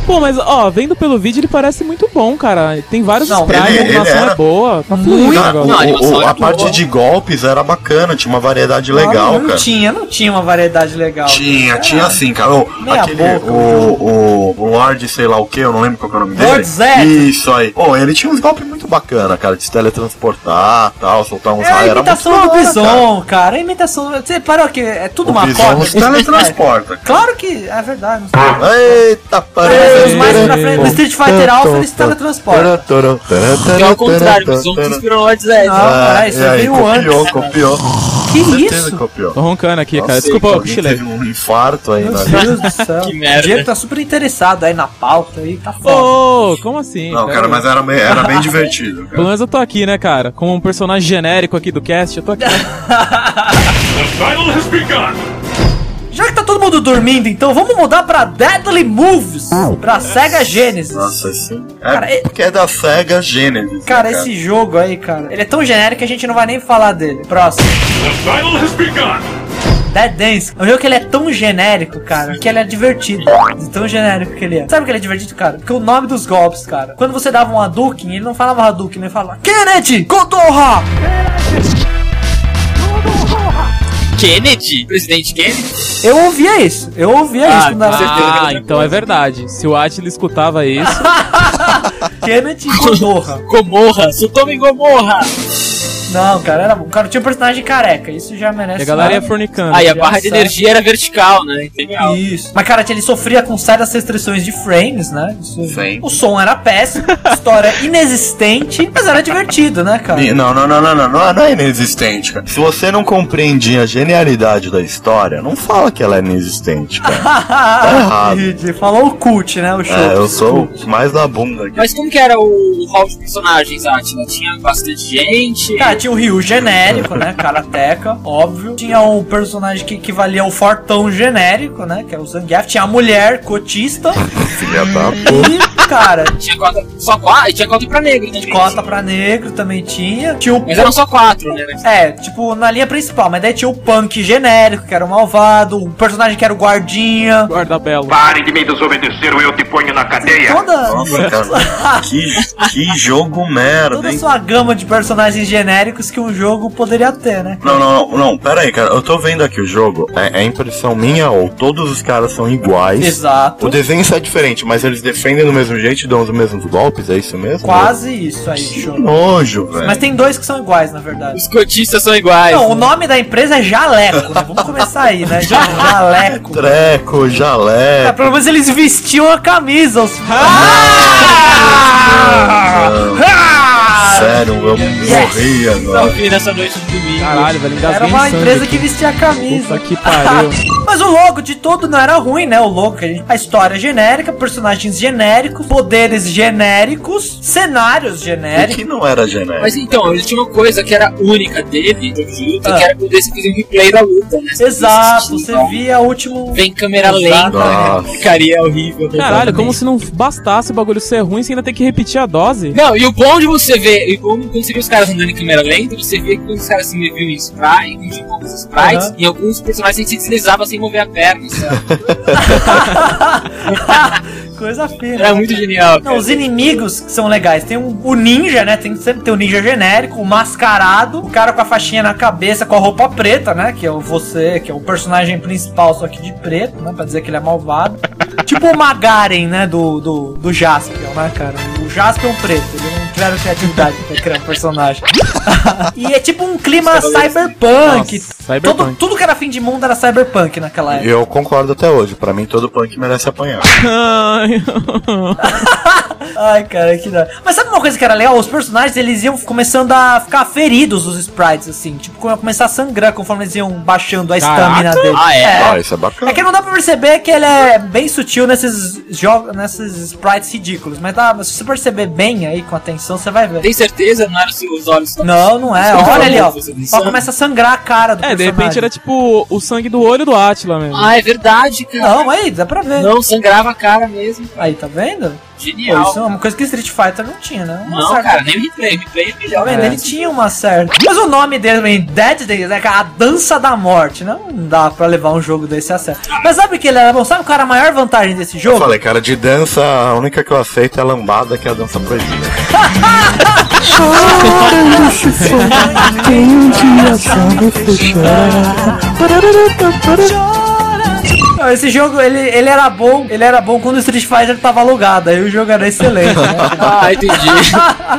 S4: Pô, mas ó, vendo pelo vídeo ele parece muito bom, cara. Tem vários
S1: Não,
S4: sprites,
S2: ele-
S4: a
S2: ele
S4: animação
S2: era-
S4: é boa. Tá fluido
S2: Não,
S4: o negócio.
S2: o-
S3: a animação
S2: o-
S3: era
S2: a parte
S3: boa.
S2: de golpes era bacana, tinha uma variedade
S1: Olha,
S2: legal,
S1: não
S2: cara.
S1: tinha, não tinha uma variedade legal.
S2: Tinha,
S1: Cara,
S2: tinha sim, cara. O,
S1: Ah, Meia
S2: aquele,
S1: boca, né?
S2: o, o, o Lord, sei lá o que, eu não lembro qual que é o nome dele.
S1: Lord Zed.
S2: Isso aí. Pô, ele tinha uns golpes muito bacana, cara, de se teletransportar tal, soltar uns
S1: É a
S2: raios,
S1: imitação do
S2: da hora, cara.
S1: Bison, cara. A imitação. Você parou que é tudo
S2: O
S1: uma
S2: Bison
S1: cópia.
S2: se teletransporta. cara.
S1: Claro que é verdade. Não sei.
S2: Eita,
S1: É,
S2: parece.
S1: os mais pra frente do Street Fighter Alpha eles teletransportam.
S3: Que é ao contrário, o Bison se inspirou no Lord Zed.
S1: Ah.
S2: Ah,
S1: isso
S2: e aí,
S1: veio
S2: copiou,
S1: antes, cara.
S2: copiou.
S1: Que
S2: Certeza que
S1: isso?
S2: copiou.
S4: Tô roncando aqui, cara.
S2: Nossa,
S4: Desculpa,
S2: alguém
S4: eu cochilei.
S2: Teve um infarto aí,
S1: Meu
S2: né?
S1: Deus do céu.
S3: Que merda.
S1: O Diego tá super interessado aí na pauta aí, tá foda.
S4: Ô, como assim?
S2: Não, cara, mas é- era, meio- era bem divertido, cara.
S4: Pelo menos eu tô aqui, né, cara? Como um personagem genérico aqui do cast, eu tô aqui.
S1: Já que tá todo mundo dormindo, então vamos mudar pra Deadly Moves, pra Sega Genesis.
S2: Nossa, sim. É
S1: Cara, e-
S2: porque é da SEGA Genesis. né,
S1: Cara, esse jogo aí, cara, ele é tão genérico que a gente não vai nem falar dele. Próximo. Dead Dance. É um jogo que ele é tão genérico, cara, que ele é divertido. De tão genérico que ele é. Sabe o que ele é divertido, cara? Porque o nome dos golpes, cara. Quando você dava um Hadouken, ele não falava Hadouken, ele falava Kennedy Kodoha!
S3: Kennedy? Presidente Kennedy?
S1: Eu ouvia isso. Eu ouvia
S3: Ah,
S1: isso quando era
S3: com certeza.
S4: Ah, então é verdade. Se o Atila escutava isso.
S1: Kennedy Kodoha.
S3: Gomorra, Sutoma e Gomorra.
S1: Não, cara, era bom. Cara, tinha um personagem careca. Isso já merece.
S4: E a galera ia
S1: nada.
S4: fornicando.
S3: Aí a
S1: Engraçado.
S3: barra de energia era vertical, né? Integral.
S1: Isso. Mas, cara, ele sofria com sérias restrições de frames, né? Isso-
S2: Sim.
S1: O som era péssimo, a história inexistente, mas era divertido, né, cara?
S2: E- Não, não, não, não, não, não, não é inexistente, cara. Se você não compreende a genialidade da história, não fala que ela é inexistente, cara. Tá errado.
S1: Ele Falou o cult, né? O show.
S2: É, eu sou o mais da bunda aqui.
S3: Mas como que era o hall de personagens, Atila? Tinha bastante gente?
S1: Cara, tinha o Ryu genérico, né? Karateka, óbvio. Tinha um personagem que equivalia ao Fortão genérico, né? Que é o Zangief. Tinha a mulher cotista.
S2: Filha da puta.
S1: E, cara,
S3: Tinha cota, só quatro? Tinha cota pra negro também.
S1: cota pra negro também tinha. Tinha o
S3: Mas eram só quatro, né?
S1: É, tipo, na linha principal, mas daí tinha o punk genérico, que era o malvado, o personagem que era o guardinha.
S4: Guardabelo.
S6: Pare de me desobedecer ou eu te ponho na cadeia.
S1: Toda,
S2: Nossa, cara. Que, que jogo merda,
S1: toda a
S2: hein?
S1: sua gama de personagens genéricos que um jogo poderia ter, né?
S2: Não, não, não, não, pera aí, cara. Eu tô vendo aqui o jogo. É, é impressão minha ou todos os caras são iguais.
S1: Exato.
S2: O desenho só é diferente, mas eles defendem do mesmo sujeito e dão os mesmos golpes, é isso mesmo?
S1: Quase isso aí,
S2: Que
S1: show.
S2: nojo, velho.
S1: Mas tem dois que são iguais, na verdade.
S3: Os cotistas são iguais.
S1: Não, o nome da empresa é Jaleco, né? Vamos começar aí, né? Jaleco.
S2: Treco,
S1: Ah,
S2: jalé.
S1: pelo menos eles vestiam a camisa. Os...
S2: Ah!
S1: Ah!
S2: Ah! Sério, eu morri
S3: Não
S2: agora.
S3: vi nessa noite de domingo.
S4: Caralho, velho, engasguei
S1: Era uma
S4: em sangue
S1: empresa
S4: Tá
S1: que
S4: aqui.
S1: vestia a camisa.
S4: Puta que pariu.
S1: Mas o logo de todo não era ruim, né? O logo, que a gente- a história é genérica, personagens genéricos, poderes genéricos, cenários
S2: E
S1: genéricos.
S2: que não era genérico.
S3: Mas então, ele tinha uma coisa que era única dele, jogo de luta,
S1: Ah.
S3: que era poder você fazer um replay da luta, né? Você
S1: Exato,
S3: assistir,
S1: você
S3: então,
S1: via o último.
S3: Vem câmera
S1: Exato.
S3: lenta,
S2: Nossa.
S3: cara, porcaria horrível.
S4: Caralho, como se não bastasse o bagulho ser ruim, você ainda tem que repetir a dose.
S3: Não, e o bom de você ver, e o bom quando você vê os caras andando em câmera lenta, você vê que quando os caras se moviam em sprite, em poucos sprites,
S1: Aham.
S3: e alguns personagens se deslizavam sem mover a perna, sabe?
S1: Coisa feia.
S3: Era muito genial.
S1: Não,
S3: cara.
S1: os inimigos que são legais. Tem um- o ninja, né? Tem, sempre tem o ninja genérico, o mascarado, o cara com a faixinha na cabeça, com a roupa preta, né? Que é o você, que é o personagem principal, só que de preto, né? Pra dizer que ele é malvado. tipo o Magaren, né? Do, do, do Jaspion, né, cara? O Jaspion preto, ele não tiveram criatividade pra criar um personagem. e é tipo um clima cyberpunk.
S4: Nossa,
S1: Todo,
S4: cyberpunk.
S1: tudo que era fim de mundo era cyberpunk naquela época.
S2: Eu concordo até hoje. Pra mim, todo punk merece apanhar.
S4: Ai,
S1: Ai, cara, que da. Mas sabe uma coisa que era legal? Os personagens eles iam começando a ficar feridos, os sprites, assim. Tipo, come- começar a sangrar conforme eles iam baixando a estamina dele.
S3: Ah, é?
S2: Ah, isso é bacana.
S1: É que não dá pra perceber que ele é bem sutil nesses jogos, nesses sprites ridículos. Mas dá, mas se você perceber bem aí com atenção, você vai ver.
S3: Tem certeza? Não eram os seus olhos tão-
S1: Não, não é.
S3: Você
S1: Olha
S3: tá
S1: ali, ó.
S3: louco, você não
S1: Ó,
S3: sabe?
S1: começa a sangrar a cara do
S4: É, de
S1: personagem.
S4: repente era tipo o sangue do olho do Atila mesmo.
S3: Ah, é verdade, cara.
S1: Não, aí, dá pra ver.
S3: Não, sangrava a cara mesmo.
S1: Aí, tá vendo? Pô,
S3: Genial.
S1: isso é uma coisa que Street Fighter não tinha, né? Uma
S3: Não,
S1: certa-
S3: cara, nem o replay. O replay é
S1: Tá
S3: melhor.
S1: vendo?
S3: né?
S1: Ele tinha uma certa. Mas o nome dele também, Dead Days, é a dança da morte. né? Não dá pra levar um jogo desse a sério. Mas sabe o que ele era bom? Sabe qual era a maior vantagem desse
S2: Eu
S1: jogo?
S2: falei, cara, de dança, a única que eu aceito é a lambada, que é a dança proibida.
S1: Não, Esse jogo, ele, ele era bom. Ele era bom quando o Street Fighter tava alugado. Aí o jogo era excelente. Né?
S3: Ah, entendi.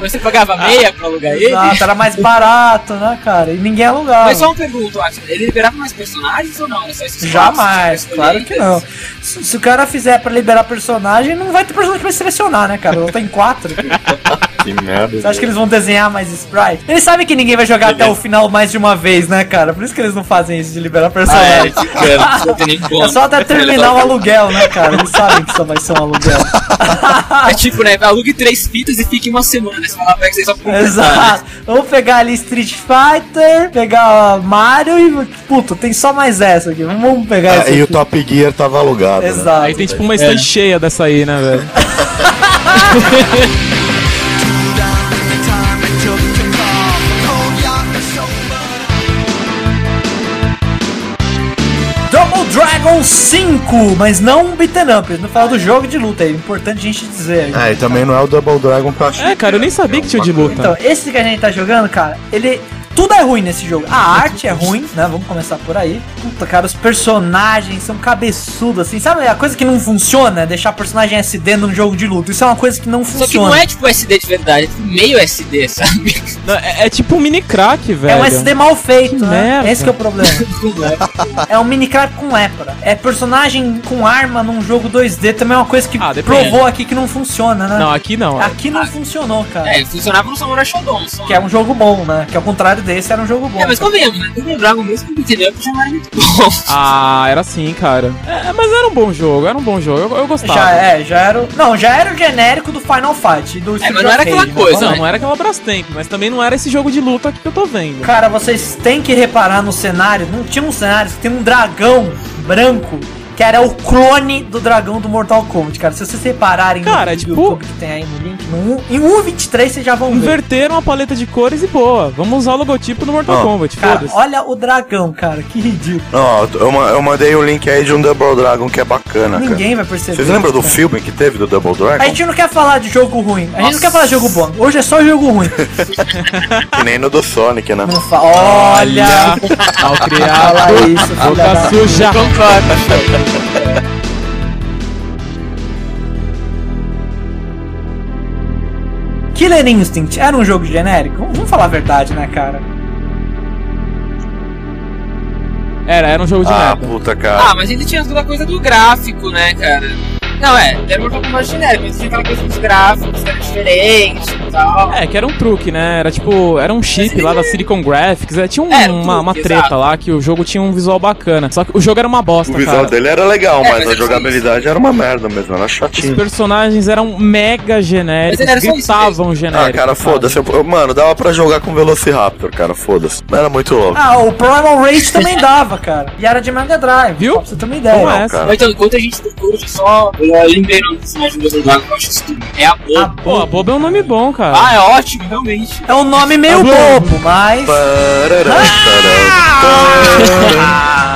S3: Mas você pagava meia pra alugar ele?
S1: Exato, era mais barato, né, cara? E ninguém alugava.
S3: Mas só um uma pergunta, Atila. Ele liberava mais personagens ou não? Era só esses
S1: Jamais,
S3: quatro
S1: claro que não.
S3: escolhidos?
S1: Se, se o cara fizer pra liberar personagem, não vai ter personagem pra selecionar, né, cara? Não tem quatro.
S2: Que merda. né?
S1: Você acha que eles vão desenhar mais sprite? Eles sabem que ninguém vai jogar até o final mais de uma vez, né, cara? Por isso que eles não fazem isso de liberar
S3: Ah,
S1: personagem.
S3: é, ficando, não tem nem
S1: é
S3: como.
S1: só até terminar o aluguel, né, cara? Eles sabem que só vai ser um aluguel.
S3: É tipo, né? Alugue três fitas e fique uma semana. né, Você fala, pega isso aí só pra completar,
S1: Exato. Vamos pegar ali Street Fighter, pegar ó, Mario e. Puta, tem só mais essa aqui. Vamos pegar essa.
S2: Ah, e o
S1: aqui.
S2: Top Gear tava alugado. né?
S1: Exato.
S4: Aí tem tipo uma estante cheia dessa aí, né, velho?
S1: Double Dragon 5, mas não um beaten up. Eles não falam do jogo de luta, é importante a gente dizer. aí.
S2: Ah, e também não é o Double Dragon que eu achei.
S4: É, cara, eu nem sabia que tinha de luta.
S1: Então, esse que a gente tá jogando, cara, ele. Tudo é ruim nesse jogo. A arte é ruim, né? Vamos começar por aí. Puta, cara, os personagens são cabeçudos, assim. Sabe a coisa que não funciona? é Deixar personagem SD num jogo de luta. Isso é uma coisa que não
S3: Só
S1: funciona.
S3: que não é tipo SD de verdade, é tipo meio SD, sabe?
S4: Não, é, é tipo um mini crack, velho.
S1: É um SD mal feito,
S4: Que
S1: né?
S4: merda.
S1: Esse que é o problema.
S3: Não é.
S1: é um mini crack com épora. É personagem com arma num jogo 2D também é uma coisa que
S4: Ah, depende.
S1: provou aqui que não funciona, né?
S4: Não, aqui não.
S1: Aqui não funcionou, cara.
S3: É, funcionava no Samurai Shodown só.
S1: Que é um jogo bom, né? Que ao contrário desse, era um jogo bom.
S3: É, mas convenhamos, né? Double Dragon mesmo com beat'em up já não era um muito bom.
S4: Ah, era assim, cara. É, mas era um bom jogo, era um bom jogo. Eu, eu gostava.
S1: Já é, já era. o- Não, já era o genérico do Final Fight. e Do Street
S3: É, mas não era
S1: of Rage,
S3: aquela
S1: né?
S3: coisa.
S4: Não,
S3: né?
S4: não era aquela Brastemp, mas também não era esse jogo de luta que eu tô vendo.
S1: Cara, vocês têm que reparar no cenário. Não tinha um cenário, tem um dragão branco. Que era o clone do dragão do Mortal Kombat, cara. Se vocês repararem
S4: Cara, é
S1: vídeo
S4: tipo-
S1: YouTube que tem aí no link, no, um- em 1.23 vocês já vão ver.
S4: Inverteram a paleta de cores e boa. Vamos usar o logotipo do Mortal
S2: Ó.
S4: Kombat,
S1: Cara,
S4: foda-se.
S1: olha o dragão, cara. Que ridículo.
S2: Ó, eu, ma- eu mandei o link aí de um Double Dragon que é bacana, cara.
S1: Ninguém vai perceber.
S2: Vocês lembram do
S1: cara.
S2: filme que teve do Double
S1: A
S2: Dragon?
S1: gente não quer falar de jogo ruim. A gente não quer falar de jogo bom. Hoje é só jogo ruim.
S2: Que nem no do Sonic, né?
S1: tipo, Não fa- Olha!
S4: Ao criar
S1: Fala isso, filha da-
S4: boca suja.
S3: Concordo.
S1: Killer Instinct era um jogo genérico? Vamos falar a verdade, né, cara?
S4: Era, era um jogo de
S2: Ah,
S4: merda.
S2: puta, cara.
S3: Ah, mas ainda tinha toda a coisa do gráfico, né, cara? Não, é, era um pouco mais genérico, mas tinha aquela coisa dos gráficos, que era diferente e tal.
S4: É, que era um truque, né? Era tipo, era um chip lá da Silicon Graphics. é, tinha um-
S3: Era um
S4: uma, uma
S3: truque,
S4: treta
S3: exato.
S4: lá que o jogo tinha um visual bacana. Só que o jogo era uma bosta,
S2: O visual
S4: cara.
S2: dele era legal,
S3: É,
S2: mas
S3: mas
S2: a
S3: era só
S2: jogabilidade era uma merda mesmo, era
S4: Os
S2: chatinho.
S4: personagens eram mega genéricos,
S3: Mas era só isso
S4: gritavam
S2: Ah,
S4: genéricos.
S2: cara,
S4: sabe?
S2: foda-se. eu- eu- Mano, dava pra jogar com Velociraptor, cara, foda-se. Não Era muito louco.
S1: Ah, o Primal Rage também dava, cara. E era de Mega Drive,
S4: Viu?
S1: Pra você ter uma
S4: Como
S1: ideia.
S4: é essa?
S2: cara.
S3: Mas então, enquanto a gente procura, deixa eu só. é, Eu lembrei o personagem do Resident Evil, que eu acho estúpido. É a
S1: A
S3: boa.
S4: Pô, a
S1: Bobo.
S4: Boba é um nome bom, cara.
S3: Ah, é ótimo, realmente.
S1: É um nome meio
S4: Bobo.
S1: bobo, mas.
S2: Parará, tará, tará.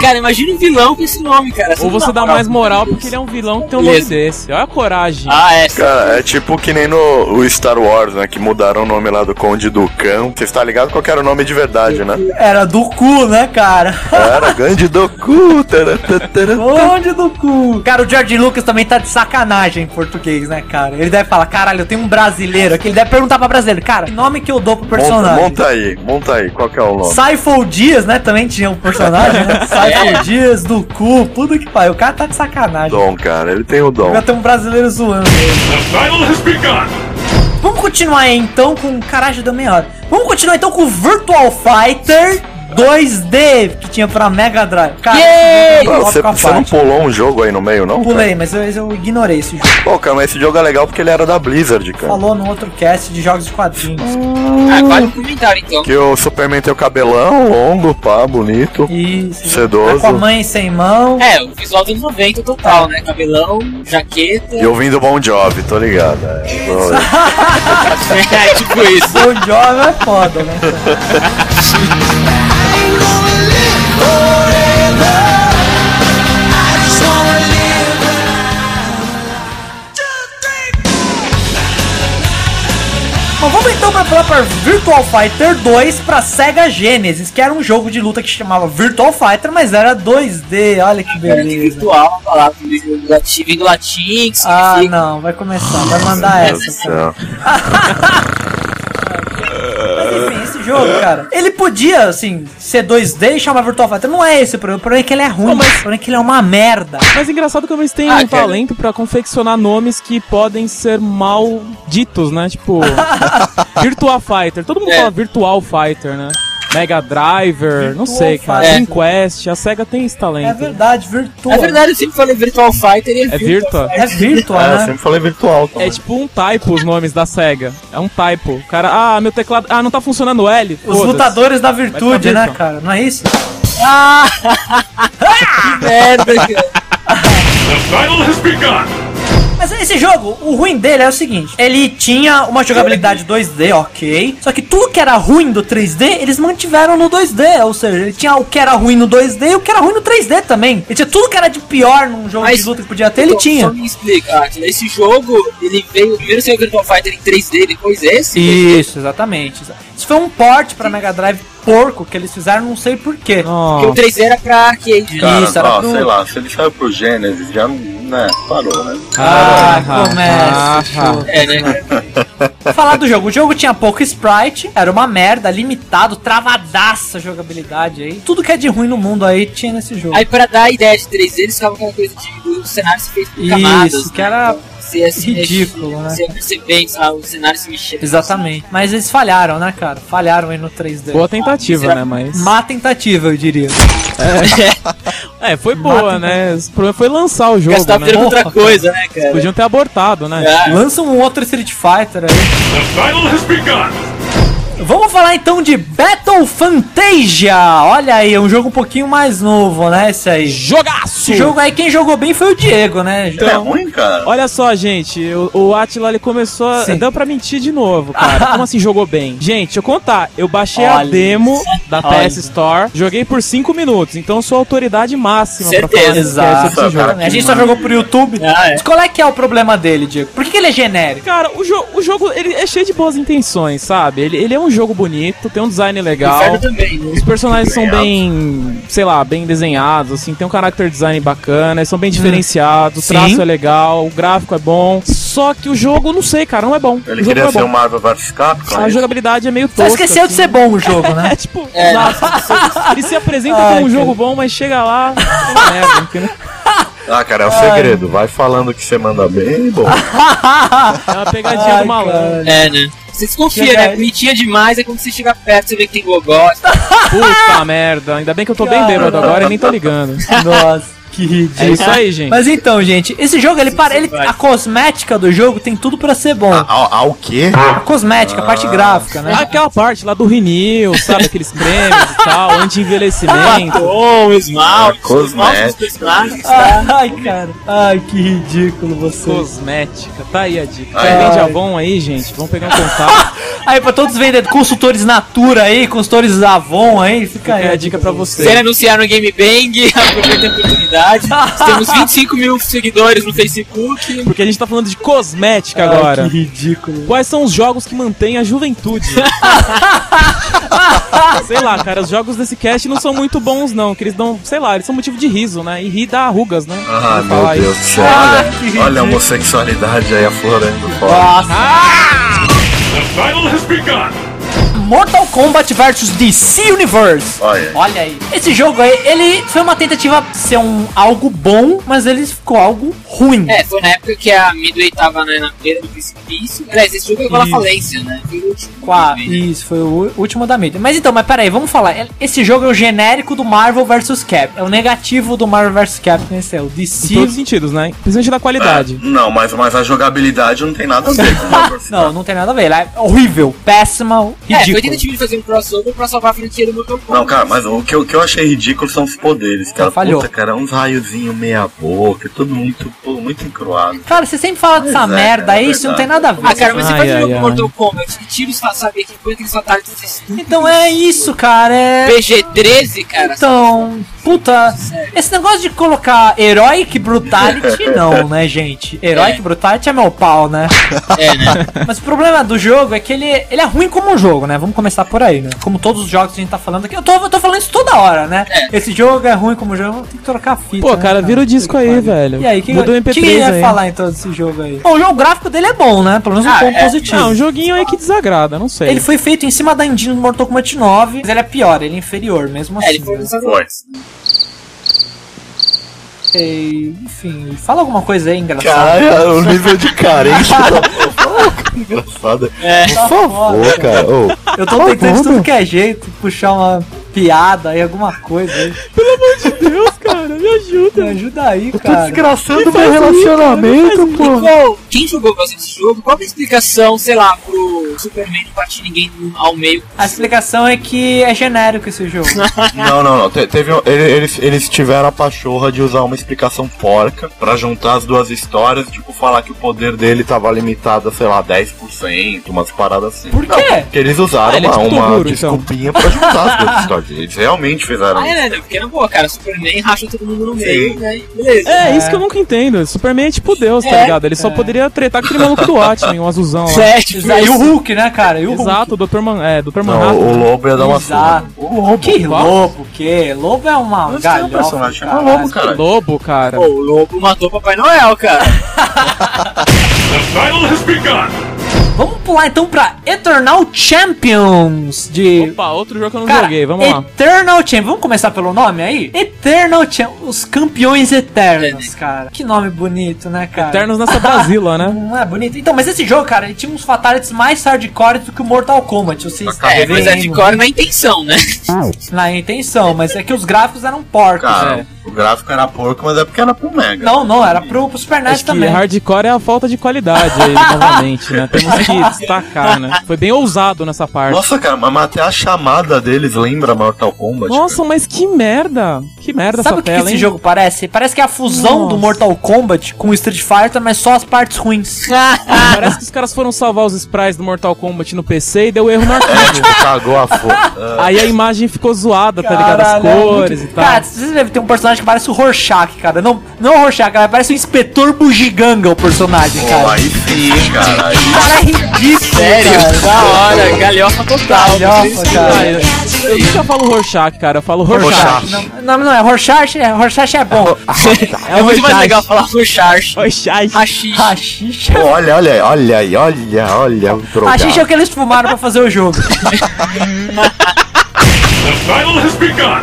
S3: Cara, imagina um vilão com esse nome, cara.
S4: Ou você dá mais moral porque ele é um vilão que tem um nome
S3: Beleza.
S4: desse. Olha a coragem.
S3: Ah, é.
S2: Cara, é tipo que nem no o Star Wars, né? Que mudaram o nome lá do Conde do Cão. Você está ligado qual que era o nome de verdade, né?
S1: Era do cu, né, cara?
S2: Era Grande do Cu. tará, tará, tará.
S1: Onde do cu? Cara, o George Lucas também tá de sacanagem em português, né, cara? Ele deve falar, caralho, eu tenho um brasileiro aqui. Ele deve perguntar pra brasileiro, cara, que nome que eu dou pro
S2: Monta,
S1: personagem?
S2: monta aí, monta aí, qual que é o nome?
S1: Saifo Dias, né? Também tinha um personagem,
S2: É.
S1: né? Saifo Dias, do cu, puta que pariu. O cara tá de sacanagem.
S2: Dom, cara, ele tem o dom.
S1: Agora tem um brasileiro zoando. Vamos continuar aí, então com. Caralho, deu meia hora. Vamos continuar então com o Virtual Fighter 2D, que tinha pra Mega Drive. Cara, esse jogo é
S2: Pô, Você,
S1: louco a
S2: você não
S1: parte.
S2: pulou um jogo aí no meio, não? cara?
S1: Pulei, mas eu, eu ignorei esse jogo.
S2: Pô, cara, mas esse jogo é legal porque ele era da Blizzard, cara.
S1: Falou no outro cast de jogos de quadrinhos.
S3: Ah, vale um comentário então.
S2: Que o Superman tem o cabelão longo, pá, bonito.
S1: Isso.
S2: Sedoso.
S1: tá Com a mãe sem mão.
S3: É, o visual dos anos 90 total, né? Cabelão, jaqueta.
S2: E ouvindo Bon Jovi, tô ligado. É, Pô,
S3: É, tipo isso.
S1: O jogo é foda, né? cara? Bom, vamos então pra falar pra Virtual Fighter 2 pra Sega Genesis, que era um jogo de luta que se chamava Virtual Fighter, mas era 2D, olha que
S3: Cara, que
S1: beleza.
S3: virtual, palavra do latim, vem do latim, que
S1: Ah,
S3: significa.
S1: não, vai começar, vai mandar
S2: Meu Deus do
S1: essa. cara.
S2: céu.
S1: Mas enfim, esse jogo, cara, ele podia, assim, ser 2D e chamar Virtual Fighter. Não é esse o problema, o problema é que ele é ruim,
S4: Não, mas-
S1: o problema é que ele é uma merda.
S4: Mas engraçado como eles têm
S3: Ah,
S4: um
S3: cara.
S4: talento pra confeccionar nomes que podem ser mal ditos, né? Tipo, Virtua Fighter. Todo mundo
S3: É.
S4: fala Virtual Fighter, né? Mega Driver, não sei, cara.
S1: Fighter.
S4: Dream Quest, a SEGA tem esse talento.
S1: É verdade, Virtual.
S3: Na É verdade, eu sempre falei Virtual Fighter e é,
S4: É Virtua?
S1: É Virtual,
S2: É, eu
S1: né?
S2: sempre falei virtual.
S4: É tipo um typo os nomes da SEGA. É um typo. O cara, ah, meu teclado. Ah, não tá funcionando o L.
S1: Os
S4: Foda-se.
S1: lutadores da virtude,
S4: Vai pra
S1: né,
S4: Virtual.
S1: cara? Não é isso?
S3: Que
S1: É,
S3: merda, cara.
S1: Mas esse jogo, o ruim dele é o seguinte: ele tinha uma jogabilidade 2D, ok. Só que tudo que era ruim do 3D, eles mantiveram no 2D. Ou seja, ele tinha o que era ruim no 2D e o que era ruim no 3D também. Ele tinha tudo que era de pior num jogo
S3: Mas-
S1: de luta que podia ter, ele
S3: Então, Só
S1: tinha.
S3: me explica, Atila, esse jogo, ele veio, primeiro saiu o Virtual Fighter em 3D, depois esse.
S1: Isso, exatamente. Isso foi um port pra Mega Drive porco que eles fizeram, não sei porquê.
S4: Ah,
S3: Porque o
S4: Nossa.
S3: 3D era pra arcade. né?
S1: Cara, Isso, era ó,
S2: ó,
S1: pro- sei
S2: sei lá, se ele saiu pro Genesis, já, né, parou, né?
S1: Ah,
S4: Ah, ah,
S1: começa.
S4: ah.
S1: show.
S3: É, né? cara?
S1: Falar do jogo. O jogo tinha pouco sprite, era uma merda, limitado, travadaça a jogabilidade aí. Tudo que é de ruim no mundo aí tinha nesse jogo.
S3: Aí pra dar a ideia de 3D, eles ficavam com aquela coisa de o cenário se fez por camadas. né?
S1: Isso, que era
S3: Você ia se
S1: ridículo,
S3: mexer,
S1: né?
S3: Você ia percebendo, sabe, o cenário se mexendo.
S1: Exatamente. Mas eles falharam, né, cara? Falharam aí no 3D.
S4: Boa tentativa, né? Mas.
S1: Má tentativa, eu diria.
S4: É, foi boa, né? O problema foi lançar o jogo.
S3: Gastava
S4: né?
S3: dinheiro com outra
S1: Porra,
S3: coisa, né, cara?
S4: Podiam ter abortado, né?
S3: Ah,
S1: Lança um outro Street Fighter aí. Vamos falar então de Battle Fantasia. Olha aí, é um jogo um pouquinho mais novo, né? Esse aí.
S4: Jogaço!
S1: Esse jogo aí, quem jogou bem foi o Diego, né?
S3: Então,
S2: é ruim, cara.
S4: Olha só, gente, o, o Atila ele começou. A...
S1: Sim.
S4: Deu pra mentir de novo, cara. Como assim jogou bem? Gente, deixa eu contar. Eu baixei a
S1: Olha.
S4: demo da
S1: Olha.
S4: PS Store, joguei por 5 minutos, então eu sou a autoridade máxima pra falar
S3: Certeza.
S4: do que é sobre esse jogo.
S1: Exato. A gente só jogou pro YouTube.
S3: Ah, é.
S1: Mas qual é que é o problema dele, Diego? Por que, que ele é genérico?
S4: Cara, o, jo o jogo ele é cheio de boas intenções, sabe? Ele, ele é um jogo bonito, tem um design legal.
S3: Inferno também, né?
S4: Os personagens são bem, sei lá, bem desenhados, assim, tem um character design bacana, eles são bem diferenciados, o
S1: Hum. Sim.
S4: traço é legal, o gráfico é bom. Só que o jogo, não sei, cara, não é bom.
S2: Ele
S4: o jogo não
S2: queria
S4: é
S2: ser
S4: bom.
S2: o Marvel vs Capcom.
S4: A
S2: é isso?
S4: jogabilidade é meio
S1: Só
S4: tosca.
S1: esqueceu de
S4: assim.
S1: ser bom o jogo, né?
S4: É, tipo,
S3: É.
S4: nossa, ele se apresenta
S1: Ai,
S4: como um jogo
S1: cara.
S4: bom, mas chega lá, é uma merda, entendeu?
S2: Ah, cara, é o segredo. Vai falando que você manda bem, bom.
S1: Ah.
S4: É uma pegadinha
S1: Ai,
S4: do malandro.
S1: cara.
S3: É, né? Você desconfia,
S1: Verdade.
S3: né? Bonitinha demais, é quando você chega perto, você vê que tem gogó.
S1: Tá.
S4: Puta merda, ainda bem que eu tô bem
S1: Cara.
S4: bêbado agora e nem tô ligando.
S1: Nossa, que
S4: É
S1: ridículo.
S4: isso aí, gente.
S1: Mas então, gente, esse jogo, ele para. Ele,
S3: vai.
S1: a cosmética do jogo tem tudo pra ser bom.
S2: Ao, ao quê?
S1: A cosmética, a parte gráfica, né?
S4: Aquela parte lá do Renew, sabe? Aqueles prêmios e tal, anti-envelhecimento.
S3: Batom, esmalte,
S2: É, cosmético.
S3: personagens.
S1: Ai, cara. Ai, que ridículo você.
S4: Cosmética, tá aí a dica.
S2: Ai.
S4: Vende a Avon aí, gente. Vamos pegar um contato.
S1: Aí, pra todos os vendedores, consultores Natura aí, consultores Avon aí, fica aí.
S4: É a dica pra
S3: Se ele
S4: você.
S3: anunciar no Game Bang, aproveita a oportunidade. Temos 25 mil seguidores no Facebook.
S4: Porque a gente tá falando de cosmética
S1: Ai,
S4: agora.
S1: que ridículo.
S4: Quais são os jogos que mantêm a juventude? sei lá, cara, os jogos desse cast não são muito bons, não. Que eles dão, sei lá, eles são motivo de riso, né? E rir dá rugas, né?
S2: Ah,
S4: Vou
S2: meu
S4: falar
S2: Deus
S4: isso.
S2: do céu.
S1: Ah, que
S2: Olha,
S1: ridículo. Ah.
S2: olha a homossexualidade aí aflorando fora.
S1: Nossa.
S6: Battle has begun!
S1: Mortal Kombat vs DC Universe.
S2: Olha aí.
S1: Olha aí. Esse jogo aí, ele foi uma tentativa de ser um, algo bom, mas ele ficou algo ruim.
S3: É, foi na época que a Midway tava né, na beira do precipício. Aliás, esse jogo é pela falência, né? Foi o último.
S1: Qua-
S3: Midway.
S1: Isso, foi o último da mídia. Mas então, mas peraí, vamos falar. Esse jogo é o genérico do Marvel vs Cap. É o negativo do Marvel vs Cap, esse é o
S4: Em todos os
S1: DC.
S4: sentidos, né? Principalmente da qualidade.
S1: Ah.
S2: Ah, Não, mas, mas a jogabilidade não tem nada a ver com o Marvel vs.
S1: Não, não tem nada a ver. Ele é horrível, péssima,
S3: É, foi
S1: ridículo.
S3: tentativa de fazer um crossover pra salvar a franquia do Mortal Kombat.
S2: Não, cara, mas o que, eu- o que eu achei ridículo são os poderes, cara.
S1: Falhou.
S2: Puta, cara, uns raiozinhos meia boca, tudo muito, pô, muito encruado.
S1: Cara, você sempre fala dessa
S2: Pois é,
S1: merda
S2: cara,
S1: aí,
S2: é
S1: isso não tem
S2: verdade.
S1: nada a ver.
S3: Ah, cara, mas você
S4: Ai,
S3: faz um
S4: ai,
S3: jogo
S4: ai.
S3: Mortal Kombat e tira os sabe que põe aqueles atalhos estúpidos.
S1: Então é isso, cara. É...
S3: PG-13, cara.
S1: Então, puta, esse negócio de colocar Heroic Brutality, não, né, gente? Heroic
S3: É.
S1: Brutality é meu pau, né?
S3: É, né?
S1: Mas o problema do jogo é que ele, ele é ruim como um jogo, né? Vamos começar por aí, né? Como todos os jogos que a gente tá falando aqui. Eu tô, eu tô falando isso toda hora, né? Esse jogo é ruim como jogo, tem que trocar a fita.
S4: Pô,
S1: né,
S4: cara, vira o disco aí, velho.
S1: E aí, que,
S4: Muda o
S1: que
S4: MP3
S1: ia
S4: aí.
S1: falar então desse jogo aí? Bom, o jogo gráfico dele é bom, né? Pelo menos um
S3: Ah,
S1: ponto
S3: é.
S1: positivo.
S4: Ah, um joguinho aí que desagrada, não sei.
S1: Ele foi feito em cima da engine do Mortal Kombat 9, mas ele é pior, ele é inferior, mesmo
S3: É,
S1: assim.
S3: ele foi
S1: né?
S3: lançado.
S2: Foi.
S1: E, enfim, fala alguma coisa aí engraçada.
S2: Cara, o nível de carência da porra. Engraçado.
S3: É.
S2: Por favor, cara. Ô,
S1: Eu tô tentando de tudo que é jeito puxar uma piada aí, alguma coisa aí.
S4: Meu Deus, cara, me ajuda.
S1: Me ajuda aí, cara.
S2: desgraçando meu relacionamento,
S4: Uhum.
S2: pô.
S3: Nicole, quem jogou bastante esse jogo, qual que é a explicação, sei lá, pro Superman não partir ninguém no- ao meio?
S1: A explicação é que é genérico esse jogo.
S2: Não, não, não. Te- Teve, um- ele- eles, eles tiveram a pachorra de usar uma explicação porca pra juntar as duas histórias, tipo, falar que o poder dele tava limitado a, sei lá, 10%, umas paradas assim.
S1: Por
S2: Não,
S1: quê?
S2: porque eles usaram
S4: Ah, ele é
S2: uma,
S4: tipo
S2: uma
S4: Toguro, então.
S2: desculpinha pra juntar as duas histórias. Eles realmente fizeram
S3: Ah,
S2: isso.
S3: é, né? Porque na boa, cara, Superman racha todo mundo no meio, né? E Beleza.
S4: É,
S1: É.
S4: isso que eu nunca entendo. Superman é tipo Deus, tá
S3: É,
S4: ligado? Ele só poderia tretar com aquele maluco do Watchmen, um azulzão lá.
S3: É, tipo,
S1: E o Hulk, né, cara? E o Hulk.
S4: Exato, o Dr. Man, é, Dr.
S2: Não,
S4: Manhattan.
S2: o lobo ia dar uma surra.
S1: Exato. Que lobo, que? Lobo é uma
S2: Mas tem um
S1: galhofa.
S2: personagem chamado
S1: caralho.
S2: Lobo, cara.
S4: Tá Lobo, cara.
S3: Pô, o lobo matou Papai Noel, cara.
S6: The battle has begun!
S1: Vamos pular então pra Eternal Champions de
S4: Opa, outro jogo que eu não
S1: Cara,
S4: joguei, vamos lá.
S1: Eternal Champions. Vamos começar pelo nome aí? Eternal Champions. Os campeões eternos, cara. Que nome bonito, né, cara?
S4: Eternos nessa Brasila, É. né?
S1: Não é bonito? Então, mas esse jogo, cara, ele tinha uns fatalities mais hardcore do que o Mortal Kombat. Vocês
S3: É,
S2: Tá
S3: mas é de core na intenção, né?
S1: na intenção, mas é que os gráficos eram porcos,
S2: Cara,
S4: É.
S1: velho.
S2: o gráfico era porco, mas é porque era pro Mega.
S1: Não, não, era pro, pro Super NES
S4: Acho que
S1: também.
S4: hardcore é a falta de qualidade aí, novamente, né? Temos que destacar, né? Foi bem ousado nessa parte.
S2: Nossa, cara, mas até a chamada deles lembra Mortal Kombat.
S4: Nossa, mas que merda! Que merda
S1: Sabe
S4: essa
S1: o que, que
S4: tela,
S1: esse
S4: hein?
S1: jogo parece? Parece que é a fusão
S4: Nossa.
S1: do Mortal Kombat com o Street Fighter, mas só as partes ruins.
S4: Parece que os caras foram salvar os sprites do Mortal Kombat no PC e deu erro no
S2: É,
S4: arquivo.
S2: tipo, cagou a foda.
S4: Aí a imagem ficou zoada, tá ligado? As
S1: Caralho, é muito-
S4: cores e tal.
S1: Cara, você deve ter um personagem que parece o Rorschach, cara. Não, não o Rorschach, cara. Parece o Inspetor Bugiganga, o personagem,
S2: Pô,
S1: cara.
S2: aí sim, cara. Aí
S1: O cara é
S3: Que sério? Da hora, galhofa total.
S1: Galhofa,
S4: Ah,
S1: cara.
S4: eu, eu nunca falo Rorschach, cara. Eu falo Rorschach.
S2: Rorschach.
S1: Não, não, é Rorschach, é, Rorschach é bom.
S4: É
S3: É muito mais
S4: Rorschach.
S3: legal falar Rorschach.
S4: Rorschach.
S3: Rachis.
S1: Rachicha.
S2: Olha, olha, olha aí, olha, olha o drogado.
S1: Rachicha é o que eles fumaram pra fazer o jogo.
S6: The battle has begun.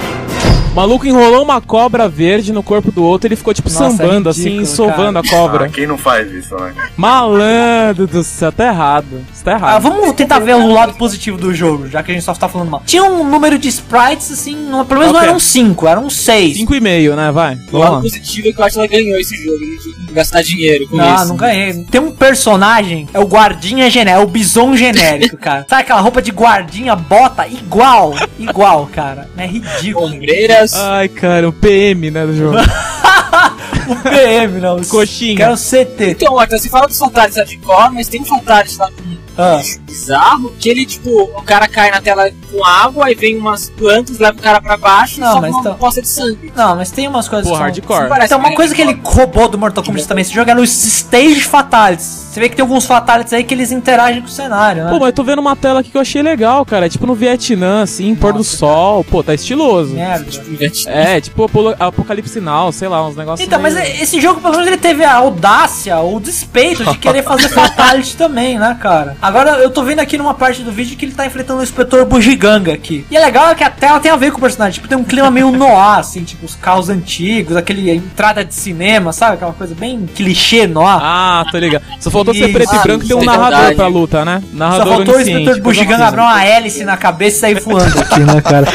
S4: O maluco enrolou uma cobra verde no corpo do outro ele ficou, tipo,
S1: Nossa,
S4: sambando,
S1: é
S4: assim,
S1: ridículo,
S4: sovando a
S2: Ah,
S4: cobra.
S2: quem não faz isso, né?
S4: Malandro do céu, tá errado. Isso tá errado.
S1: Ah, vamos tentar ver o lado positivo do jogo, já que a gente só tá falando mal. Tinha um número de sprites, assim, não- pelo menos não
S4: Ok.
S1: eram 5, eram 6.
S4: 5 e meio, né? Vai.
S3: O
S4: Vamos
S3: lado
S4: lá.
S3: positivo é que eu acho que ela ganhou esse jogo, não tinha que gastar dinheiro com
S1: Ah,
S3: isso.
S1: não ganhei. Tem um personagem, é o guardinha genérico, é o bison genérico, cara. Sabe aquela roupa de guardinha, bota, igual, igual, cara. É ridículo.
S3: Ombreiras.
S1: Ah.
S4: Ai, cara, o PM, né, do jogo.
S1: O PM, não. o
S4: Coxinha.
S1: Quero CT.
S3: Então, Marta, você fala dos fatalities lá de cor, mas tem um fatality lá com
S1: Ah.
S3: bizarro, que ele, tipo, o cara cai na tela com água, aí vem umas plantas, leva o cara pra baixo,
S1: Não,
S3: e só
S1: mas
S3: uma
S1: então-
S3: poça de sangue.
S1: Não, mas tem umas coisas
S4: Pô,
S1: que são...
S4: hardcore.
S1: Então, uma
S3: Parece
S1: coisa que ele roubou do Mortal Kombat também, esse jogo, era os stage fatalities. Você vê que tem alguns fatalities aí que eles interagem com o cenário, né?
S4: Pô, mas eu tô vendo uma tela aqui que eu achei legal, cara. É tipo no Vietnã, assim, pôr do sol. Pô, tá estiloso.
S1: Merda.
S3: Tipo, gente,
S4: É, tipo apolo- Apocalipse Now, sei lá, uns negócios.
S1: Então, mas
S4: meio-
S1: esse jogo, pelo menos, ele teve a audácia, o despeito de querer fazer fatality também, né, cara? Agora, eu tô vendo aqui numa parte do vídeo que ele tá enfrentando o inspetor Bugiganga aqui. E é legal que a tela tem a ver com o personagem. Tipo, tem um clima meio noir, assim, tipo, os carros antigos, aquele a entrada de cinema, sabe? Aquela coisa bem clichê noir.
S4: Ah, tô ligado. Só faltou ser
S1: Isso.
S4: preto e
S3: Ah,
S4: branco e ter um
S3: isso é
S4: narrador
S3: verdade.
S4: pra luta, né?
S1: Só
S4: Narrador
S1: faltou o
S4: onisciente,
S1: inspetor Bugiganga abrir
S4: né?
S1: uma hélice na cabeça e sair voando aqui, né, cara?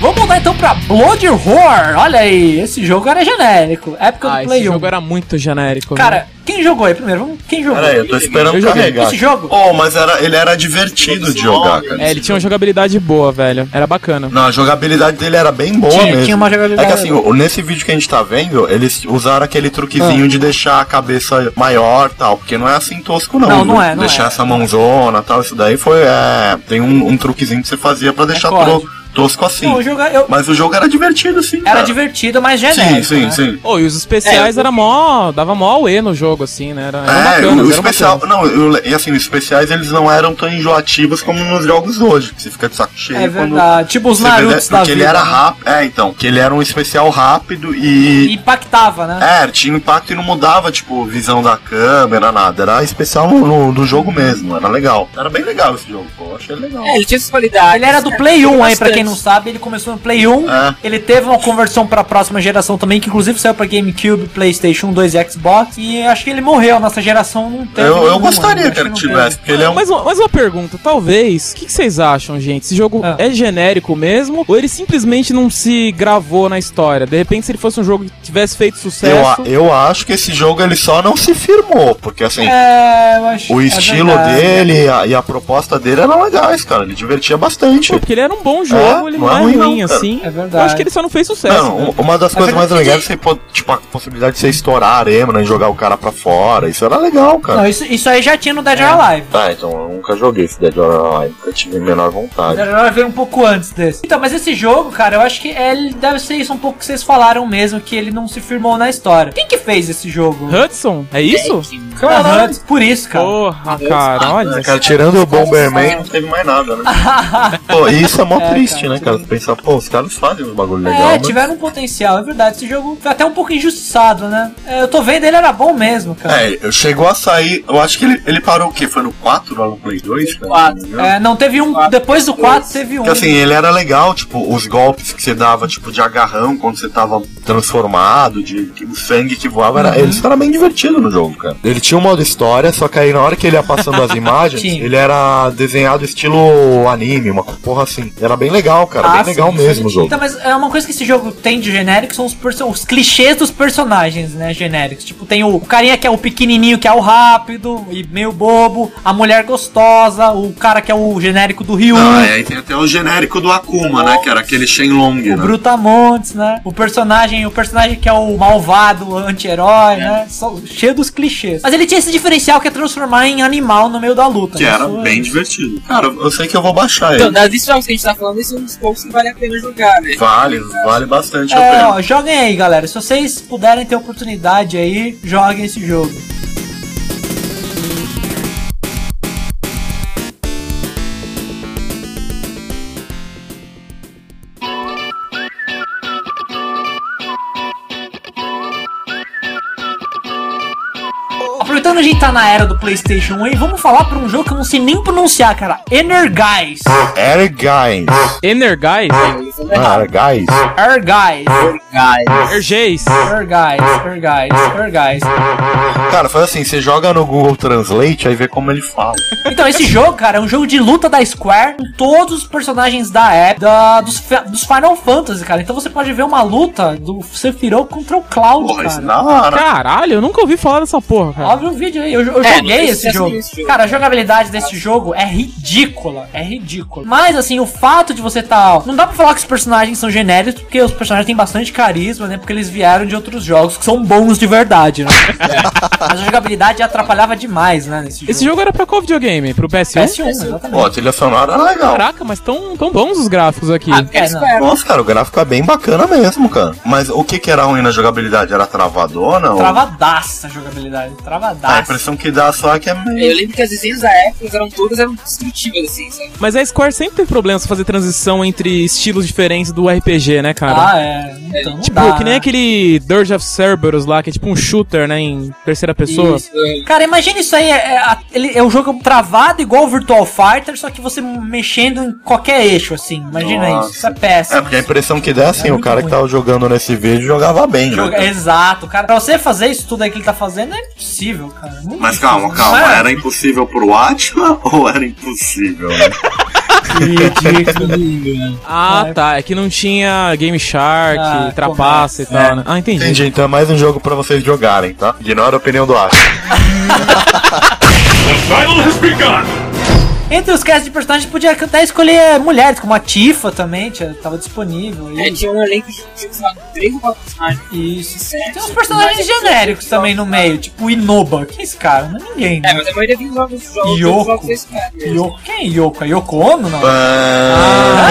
S1: Vamos voltar então pra Blood Horror. Olha aí, esse jogo era genérico. Época
S4: Ah,
S1: do
S4: esse
S1: Play 1.
S4: jogo né? era muito genérico.
S1: Cara, quem jogou aí primeiro? Vamos- Quem jogou?
S2: Pera aí, eu tô esperando
S4: Eu joguei.
S2: carregar.
S1: Esse jogo?
S2: Oh, mas era, ele era divertido de jogar, cara.
S4: velho. É, ele tinha uma jogabilidade boa, velho. Era bacana.
S2: Não, a jogabilidade dele era bem boa
S1: Tinha-
S2: mesmo.
S1: tinha uma jogabilidade
S2: É que assim,
S1: boa.
S2: o- nesse vídeo que a gente tá vendo, eles usaram aquele
S1: Ah.
S2: truquezinho de deixar a cabeça maior tal, porque não é assim tosco não.
S1: Não, não
S2: viu?
S1: é, não
S2: deixar
S1: é.
S2: essa mãozona tal, isso daí foi, é, tem um, um truquezinho que você fazia pra deixar
S1: É código.
S2: to- tosco assim.
S1: Não, o jogo é- eu-
S2: Mas o jogo era divertido sim,
S1: Era
S2: cara.
S1: divertido, mas
S2: Sim,
S1: genérico.
S2: sim,
S1: né?
S2: sim.
S4: Ô, e os
S1: É,
S4: especiais era mó. dava mó E no jogo, assim, né? Era, era
S2: É,
S4: bacana,
S2: o, o
S4: era
S2: especial.
S4: bacana.
S2: Não, eu- e assim, os especiais eles não eram tão enjoativos como nos jogos hoje. que Você fica de saco cheio
S1: É
S2: quando.
S1: verdade. Tipo os
S2: você vê, né?
S1: Narutos da
S2: Porque
S1: vida.
S2: ele era
S1: né?
S2: rápido. É, então. Que ele era um especial rápido e.
S1: Impactava, né?
S2: É, tinha um impacto e não mudava, tipo, visão da câmera, nada. Era especial no, no- do jogo mesmo, era legal. Era bem legal esse jogo, pô. eu Achei legal.
S3: É, ele tinha essas qualidades.
S1: Ele era do Play 1 aí, pra
S3: Bastante.
S1: quem não sabe, ele começou no Play 1,
S2: É.
S1: ele teve uma conversão pra próxima geração também, que inclusive saiu pra GameCube, Playstation 2 e Xbox, e acho que ele morreu, nossa geração não teve.
S2: É, Eu, eu
S1: nenhum,
S2: gostaria
S1: acho
S2: que ele
S1: não
S2: tivesse, porque ele é um.
S4: Mas, uma- mas uma pergunta, talvez, o que, que vocês acham, gente? Esse jogo
S1: Ah.
S4: é genérico mesmo? Ou ele simplesmente não se gravou na história? De repente, se ele fosse um jogo que tivesse feito
S2: Eu, a-
S4: sucesso.
S2: eu acho que esse jogo ele só não se firmou, porque assim,
S1: teve. É, eu acho.
S2: o
S1: é
S2: estilo
S1: verdade.
S2: dele e a, e a proposta dele eram legais, cara. Ele divertia bastante.
S4: Pô, porque ele era um bom jogo,
S2: É,
S4: ele não, é ruim,
S2: não, cara.
S4: assim.
S1: É verdade.
S4: Eu acho que ele só não fez sucesso.
S2: Não,
S4: né?
S2: um- uma das
S1: É
S2: coisas mais
S1: verdade.
S2: legais é você, pô- tipo, a possibilidade de você estourar a arena e jogar o cara pra fora. Isso era legal, cara.
S1: Não, isso, isso aí já tinha no Dead or Alive.
S2: Tá, então eu nunca joguei esse Dead or Alive, eu tive a menor vontade.
S1: Dead or Alive veio um pouco antes desse. Então, mas esse jogo, cara, eu acho que ele deve ser isso um pouco que vocês falaram mesmo, que ele não se firmou na história. Quem que fez esse jogo?
S4: Hudson, é isso?
S1: Cara, por isso, cara.
S4: Porra, cara, olha.
S2: É, cara, tirando o Bomberman, não teve mais nada, né? pô, e isso é mó
S1: É,
S2: triste,
S1: cara,
S2: né, cara? Você Pensar, pô, os caras fazem uns bagulho legal. né?
S1: É,
S2: mas-
S1: tiveram um potencial, é verdade. Esse jogo foi até um pouco injustiçado, né? É, eu tô vendo, ele era bom mesmo, cara.
S2: É, eu- chegou a sair. Eu acho que ele, ele parou o quê? Foi no 4 lá no Play 2? cara?
S3: Quatro.
S2: Não,
S1: É, não, teve um. Depois do 4 teve um.
S2: Porque assim, ele era legal, tipo, os golpes que você dava, tipo, de agarrão quando você tava transformado, de que o sangue que voava, era, ele era bem divertido no jogo, cara. Uhum. Ele tinha um modo história, só que aí na hora que ele ia passando as imagens,
S1: Tinha.
S2: ele era desenhado estilo anime, uma porra assim. Era bem legal, cara, bem
S1: Ah,
S2: legal
S1: sim,
S2: mesmo o
S1: sim.
S2: jogo.
S1: Então, mas é uma coisa que esse jogo tem de genérico são os, perso- os clichês dos personagens, né? Genéricos. Tipo, tem o, o carinha que é o pequenininho, que é o rápido e meio bobo, a mulher gostosa, o cara que é o genérico do Ryu.
S2: Ah, é, aí tem até o genérico do Akuma, né? Que era aquele Shenlong, né,
S1: O Brutamontes, né? O personagem, o personagem que é o malvado, o
S2: É.
S1: anti-herói, né? Só- cheio dos clichês. Mas ele tinha esse diferencial que é transformar em animal no meio da luta.
S2: Que
S1: né?
S2: era
S1: Isso-
S2: bem divertido. Cara, eu sei que eu vou baixar
S3: Então,
S2: ele.
S3: das- desses jogos que a gente tá falando, esse um dos poucos que vale a pena jogar, né?
S2: Vale, vale bastante a
S1: É,
S2: pena.
S1: ó, joguem aí, galera. Se vocês puderem ter oportunidade aí, joguem esse jogo. Aproveitando que a gente tá na era do PlayStation 1 aí, vamos falar pra um jogo que eu não sei nem pronunciar, cara. Energize.
S2: Air Guys. Ah,
S4: Energai?
S2: Air Guys.
S1: Energize.
S4: Ergeis?
S1: Energize. Energize. Energize.
S2: Cara, faz assim, você joga no Google Translate, aí vê como ele fala.
S1: Então, esse jogo, cara, é um jogo de luta da Square com todos os personagens da época da- dos, fi- dos Final Fantasy, cara. Então você pode ver uma luta do Sephiroth contra o Cloud,
S2: Porra, isso
S1: cara.
S2: na hora.
S4: Caralho, eu nunca ouvi falar dessa porra, cara.
S1: Óbvio um vídeo aí, eu, eu
S3: É,
S1: joguei
S3: não sei se
S1: esse
S3: é
S1: jogo.
S3: isso.
S1: Cara, a jogabilidade desse jogo é ridícula, é ridícula. Mas assim, o fato de você tá, não dá pra falar que os personagens são genéricos, porque os personagens têm bastante carisma, né? Porque eles vieram de outros jogos que são bons de verdade, né? Mas a jogabilidade atrapalhava demais, né, nesse jogo.
S4: Esse jogo é era pra qual videogame? Pro PS1?
S1: PS1, exatamente.
S2: Pô, a trilha sonora é legal.
S4: Caraca, mas tão, tão bons os gráficos aqui.
S3: Ah, é,
S1: não.
S3: não.
S2: Nossa, cara, o gráfico é bem bacana mesmo, cara. Mas o que que era ruim na jogabilidade? Era travadona? ou-
S1: Travadaça a jogabilidade, travadaça.
S2: A impressão que dá só é que é meio...
S3: Eu lembro que as desenhos da época eram todas eram destrutivas, assim, sabe?
S4: Mas a Square sempre teve problemas pra fazer transição entre estilos diferentes do RPG, né, cara?
S1: Ah, é. Então, não
S4: tipo,
S1: dá,
S4: que nem
S1: né?
S4: aquele Dirge of Cerberus lá, que é tipo um shooter, né, em terceira pessoa.
S1: Isso.
S3: Ah,
S1: Cara, imagina isso aí, é, é, a- ele- é um jogo travado igual o Virtual Fighter, só que você mexendo em qualquer eixo, assim. Imagina
S2: Nossa.
S1: isso, isso é
S2: É,
S1: péssimo.
S2: porque a impressão que dá é assim,
S1: É
S2: o
S1: muito
S2: cara que tava jogando nesse vídeo jogava bem,
S1: Joga-
S2: né?
S1: Exato, cara. Pra você fazer isso tudo aí que ele tá fazendo, é impossível, cara. Muito
S2: Mas
S1: difícil.
S2: calma, calma,
S1: Não é?
S2: era impossível pro Atma ou era impossível? né?
S4: Ah, tá. É que não tinha Game Shark,
S1: Ah,
S4: trapaça e
S1: correto.
S4: tal, né? Ah, entendi.
S2: Entendi, então é mais um jogo pra vocês jogarem, tá? Ignora a opinião do Atma.
S6: The battle has begun!
S1: Entre os casts de personagens, podia até escolher mulheres, como a Tifa também, tinha- tava disponível. aí.
S3: É, tinha um elenco de, de sei lá, três ou quatro personagens.
S1: Isso. é
S3: Certo.
S1: Tem uns personagens genéricos também no meio, tipo o Inoba. Que é esse cara? Não é ninguém,
S3: É,
S1: né?
S3: mas a maioria dos jogos dos jogos
S1: Yoko.
S3: dos jogos desse cara. mesmo.
S1: Yoko. Quem é Yoko? É Yoko Ono? Não.
S2: Ah,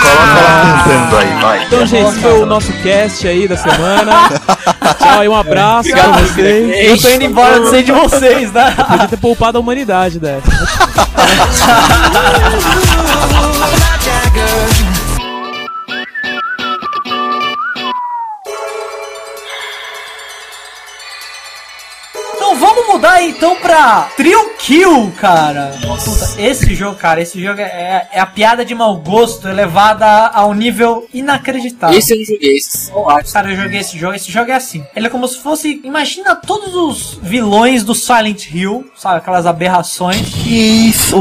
S2: Coloca ela cantando aí, vai.
S4: Então, gente, esse foi o nosso cast aí da semana. Tchau e um abraço pra vocês.
S1: Eu tô indo embora, não sei de vocês, né?
S4: Podia ter poupado a humanidade dessa.
S1: Então vamos mudar então pra Trio Kill, cara. Puta, esse jogo, cara, esse jogo é, é a piada de mau gosto elevada a um nível inacreditável.
S3: Esse eu não joguei, esse é só um o Atlas.
S1: Cara, eu joguei esse jogo. Esse jogo é assim. Ele é como se fosse. Imagina todos os vilões do Silent Hill, sabe? Aquelas aberrações.
S2: Que isso,
S1: Só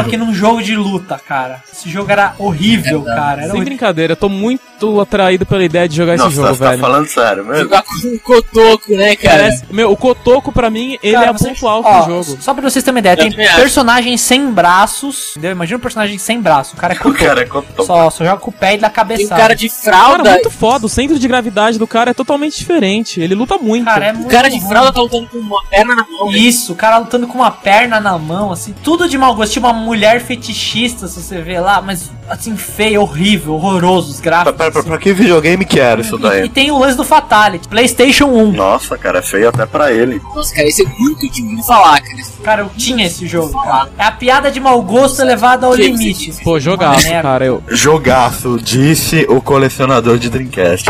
S2: velho?
S1: que num jogo de luta, cara. Esse jogo era horrível, cara. Era
S4: Sem
S1: horrível.
S4: brincadeira, eu tô muito atraído pela ideia de jogar
S2: Nossa,
S4: esse jogo,
S2: você tá
S4: velho.
S2: falando sério mesmo?
S3: Jogar com um cotoco, né, cara?
S4: Parece- meu, o Cotoco pra mim, ele
S1: Cara,
S4: é a
S1: você-
S4: ponto alto
S1: ó,
S4: do jogo.
S1: Só pra vocês terem uma ideia, tem
S3: também acho.
S1: personagens sem braços. Entendeu? Imagina um personagem sem braço. O cara é
S2: O
S1: cotoco.
S2: cara é cotão.
S1: Só, só joga com o pé e dá
S3: Tem um
S1: cabeçada.
S3: cara de
S4: Cara, é
S3: fralda.
S4: muito foda. O centro de gravidade do cara é totalmente diferente. Ele luta muito.
S1: Cara, é
S3: O
S1: muito
S3: cara de
S1: ruim.
S3: fralda tá lutando com uma perna na mão. né?
S1: Então, Isso, o cara lutando com uma perna na mão, assim, tudo de mau gosto. Tinha uma mulher fetichista, se você vê lá, mas assim, feio, horrível, horroroso os
S2: Pra,
S1: gráficos.
S2: pra- pra-
S1: assim.
S2: pra que videogame que era isso
S1: E, e
S2: daí?
S1: tem o lance do Fatality, Playstation 1.
S2: Nossa, cara, é feio até pra ele.
S3: Nossa, cara, esse é muito de muito falar, cara.
S1: Cara, eu tinha esse jogo, cara. É a piada de mau gosto elevada ao
S3: Que
S1: limite.
S3: isso?
S4: Pô, jogaço,
S1: Merda.
S4: cara. Eu...
S2: Jogaço, disse o colecionador de Dreamcast.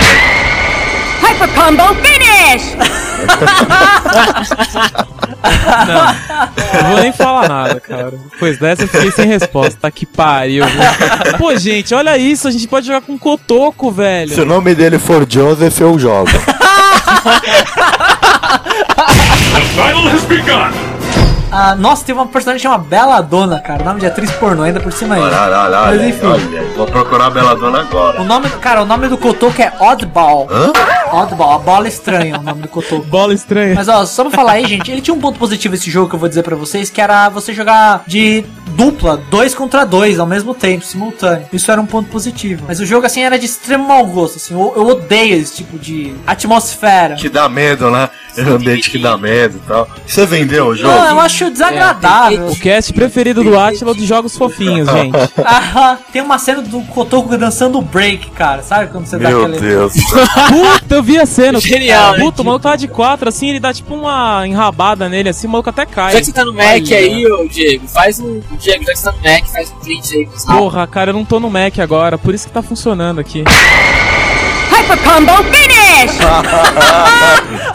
S7: Hyper combo finish!
S4: Não vou nem falar nada, cara. Pois dessa eu fiquei sem resposta. Tá que pariu. viu? Pô, gente, olha isso. A gente pode jogar com cotoco,
S2: Se
S4: velho.
S2: o nome dele for Joseph, eu jogo.
S6: The battle has begun!
S1: Ah, nossa, tem uma personagem que chama Beladona, cara. Nome de atriz pornô, ainda por cima aí.
S2: Olha, olha,
S1: Mas
S2: olha,
S1: enfim.
S2: olha. Vou procurar a Bela Dona agora.
S1: O nome, do- cara, o nome do Cotoco é Oddball.
S2: Hã?
S1: Oddball, a bola estranha é o nome do Cotoco.
S4: Bola estranha.
S1: Mas ó, só pra falar aí, gente, ele tinha um ponto positivo esse jogo que eu vou dizer pra vocês, que era você jogar de dupla, dois contra dois ao mesmo tempo, simultâneo. Isso era um ponto positivo. Mas o jogo, assim, era de extremo mau gosto, assim, eu, eu odeio esse tipo de atmosfera.
S2: Que dá medo, né? ambiente que dá medo e tal. Você vendeu o jogo? É.
S1: Não, é eu acho desagradável.
S4: O cast preferido do Atila é de jogos fofinhos, gente.
S1: Ah, tem uma cena do Kotoko dançando o break, cara. Sabe quando você dá
S2: Meu
S1: aquele.
S2: Deus.
S4: Puta, eu vi a cena.
S3: Genial, né?
S4: Puta, o maluco tá de quatro, assim, ele dá tipo uma enrabada nele, assim, o maluco até
S3: Já
S4: cai.
S3: que você tá no Mac
S4: né?
S3: aí, ô Diego, faz um. Diego, já que você tá no Mac, faz um print aí com os rápidos.
S4: Porra, cara, eu não tô no Mac agora, por isso que tá funcionando aqui.
S7: Hyper combo finish!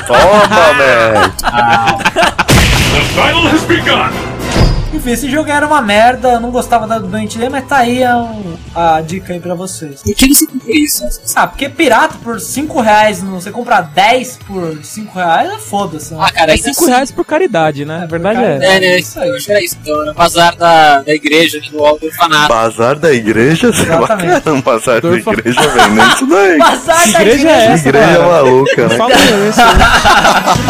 S2: Toma, velho.
S6: The battle has begun!
S1: Enfim, esse jogo era uma merda, eu não gostava da- do Dante Lane, mas tá aí a, a dica aí pra vocês.
S3: Por que você comprou isso?
S1: Ah, porque pirata por 5 reais, não, você comprar 10 por 5 reais, é foda-se. né?
S3: Ah, cara,
S4: É
S3: ainda
S4: 5
S3: assim-
S4: reais por caridade, né? A verdade é.
S3: É, né? Isso aí, eu acho que era isso. Então, era bazar da, da igreja, ali no alto do orfanato.
S2: Bazar da igreja? Você
S1: Exatamente.
S2: bacana um bazar da
S4: Dorfa-
S2: igreja vendendo isso daí.
S1: Bazar da
S4: igreja
S1: igreja
S4: é essa,
S2: Igreja
S4: cara?
S2: maluca, né?
S4: Fala isso.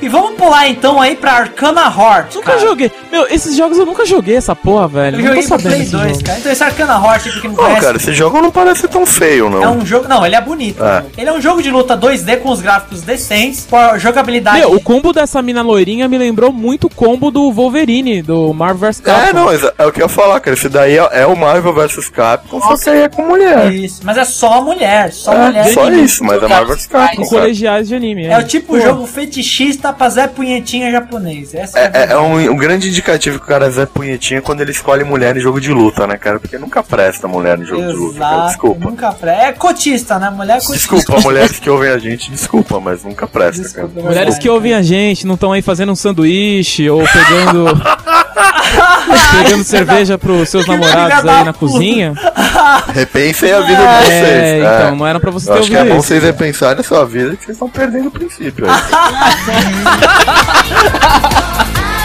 S1: E vamos pular então aí pra Arcana Horde.
S4: Nunca
S1: cara.
S4: joguei. Meu, esses jogos eu nunca joguei essa porra, velho.
S1: Eu
S4: Não tô
S1: joguei no
S4: sabendo
S1: Play
S4: desse
S1: 2,
S4: jogo.
S1: cara. Então esse Arcana Horde, pra quem não
S2: Pô,
S1: conhece,
S2: cara, esse jogo não parece tão feio,
S1: é
S2: não.
S1: um jogo. Não, ele é bonito.
S2: É.
S1: Ele é um jogo de luta 2D com os gráficos decentes, com a jogabilidade.
S4: Meu, o combo dessa mina loirinha me lembrou muito o combo do Wolverine, do Marvel vs. Capcom.
S2: É, não, mas é é o que eu ia falar, cara. Esse daí é é o Marvel vs Capcom, só que aí é com mulher.
S1: Isso, mas é só mulher, só mulher.
S2: É, só
S4: Anime.
S2: isso, mas é Marvel vs Capcom,
S4: Com
S2: cara.
S4: colegiais de anime.
S1: É o tipo
S4: Pô,
S1: jogo fetichista pra Zé Punhetinha japonês. Essa é, a
S2: É, é- é um, um grande indicativo que o cara é Zé Punhetinha quando ele escolhe mulher em jogo de luta, né, cara? Porque nunca presta mulher em jogo de luta, cara. é, Desculpa.
S1: Nunca pre... É cotista, né? Mulher é cotista.
S2: Desculpa, mulheres que ouvem a gente, desculpa, mas nunca presta,
S1: Desculpa,
S2: cara.
S4: Mulheres
S1: verdade,
S4: que ouvem a gente não estão aí fazendo um sanduíche ou pegando. pegando cerveja pros seus
S1: Que filha
S4: namorados
S1: da
S4: aí na
S1: puta.
S4: cozinha.
S2: Repensem a vida de vocês. é.
S4: É, então, não era pra você
S2: Eu
S4: ter
S2: acho que é
S4: ouvido
S2: bom
S4: isso.
S2: vocês repensarem a sua vida que vocês estão perdendo o princípio. aí.
S8: あるは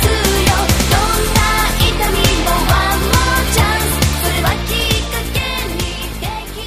S8: ずよどんな痛みもワンモーチャンスそれはきっかけにできる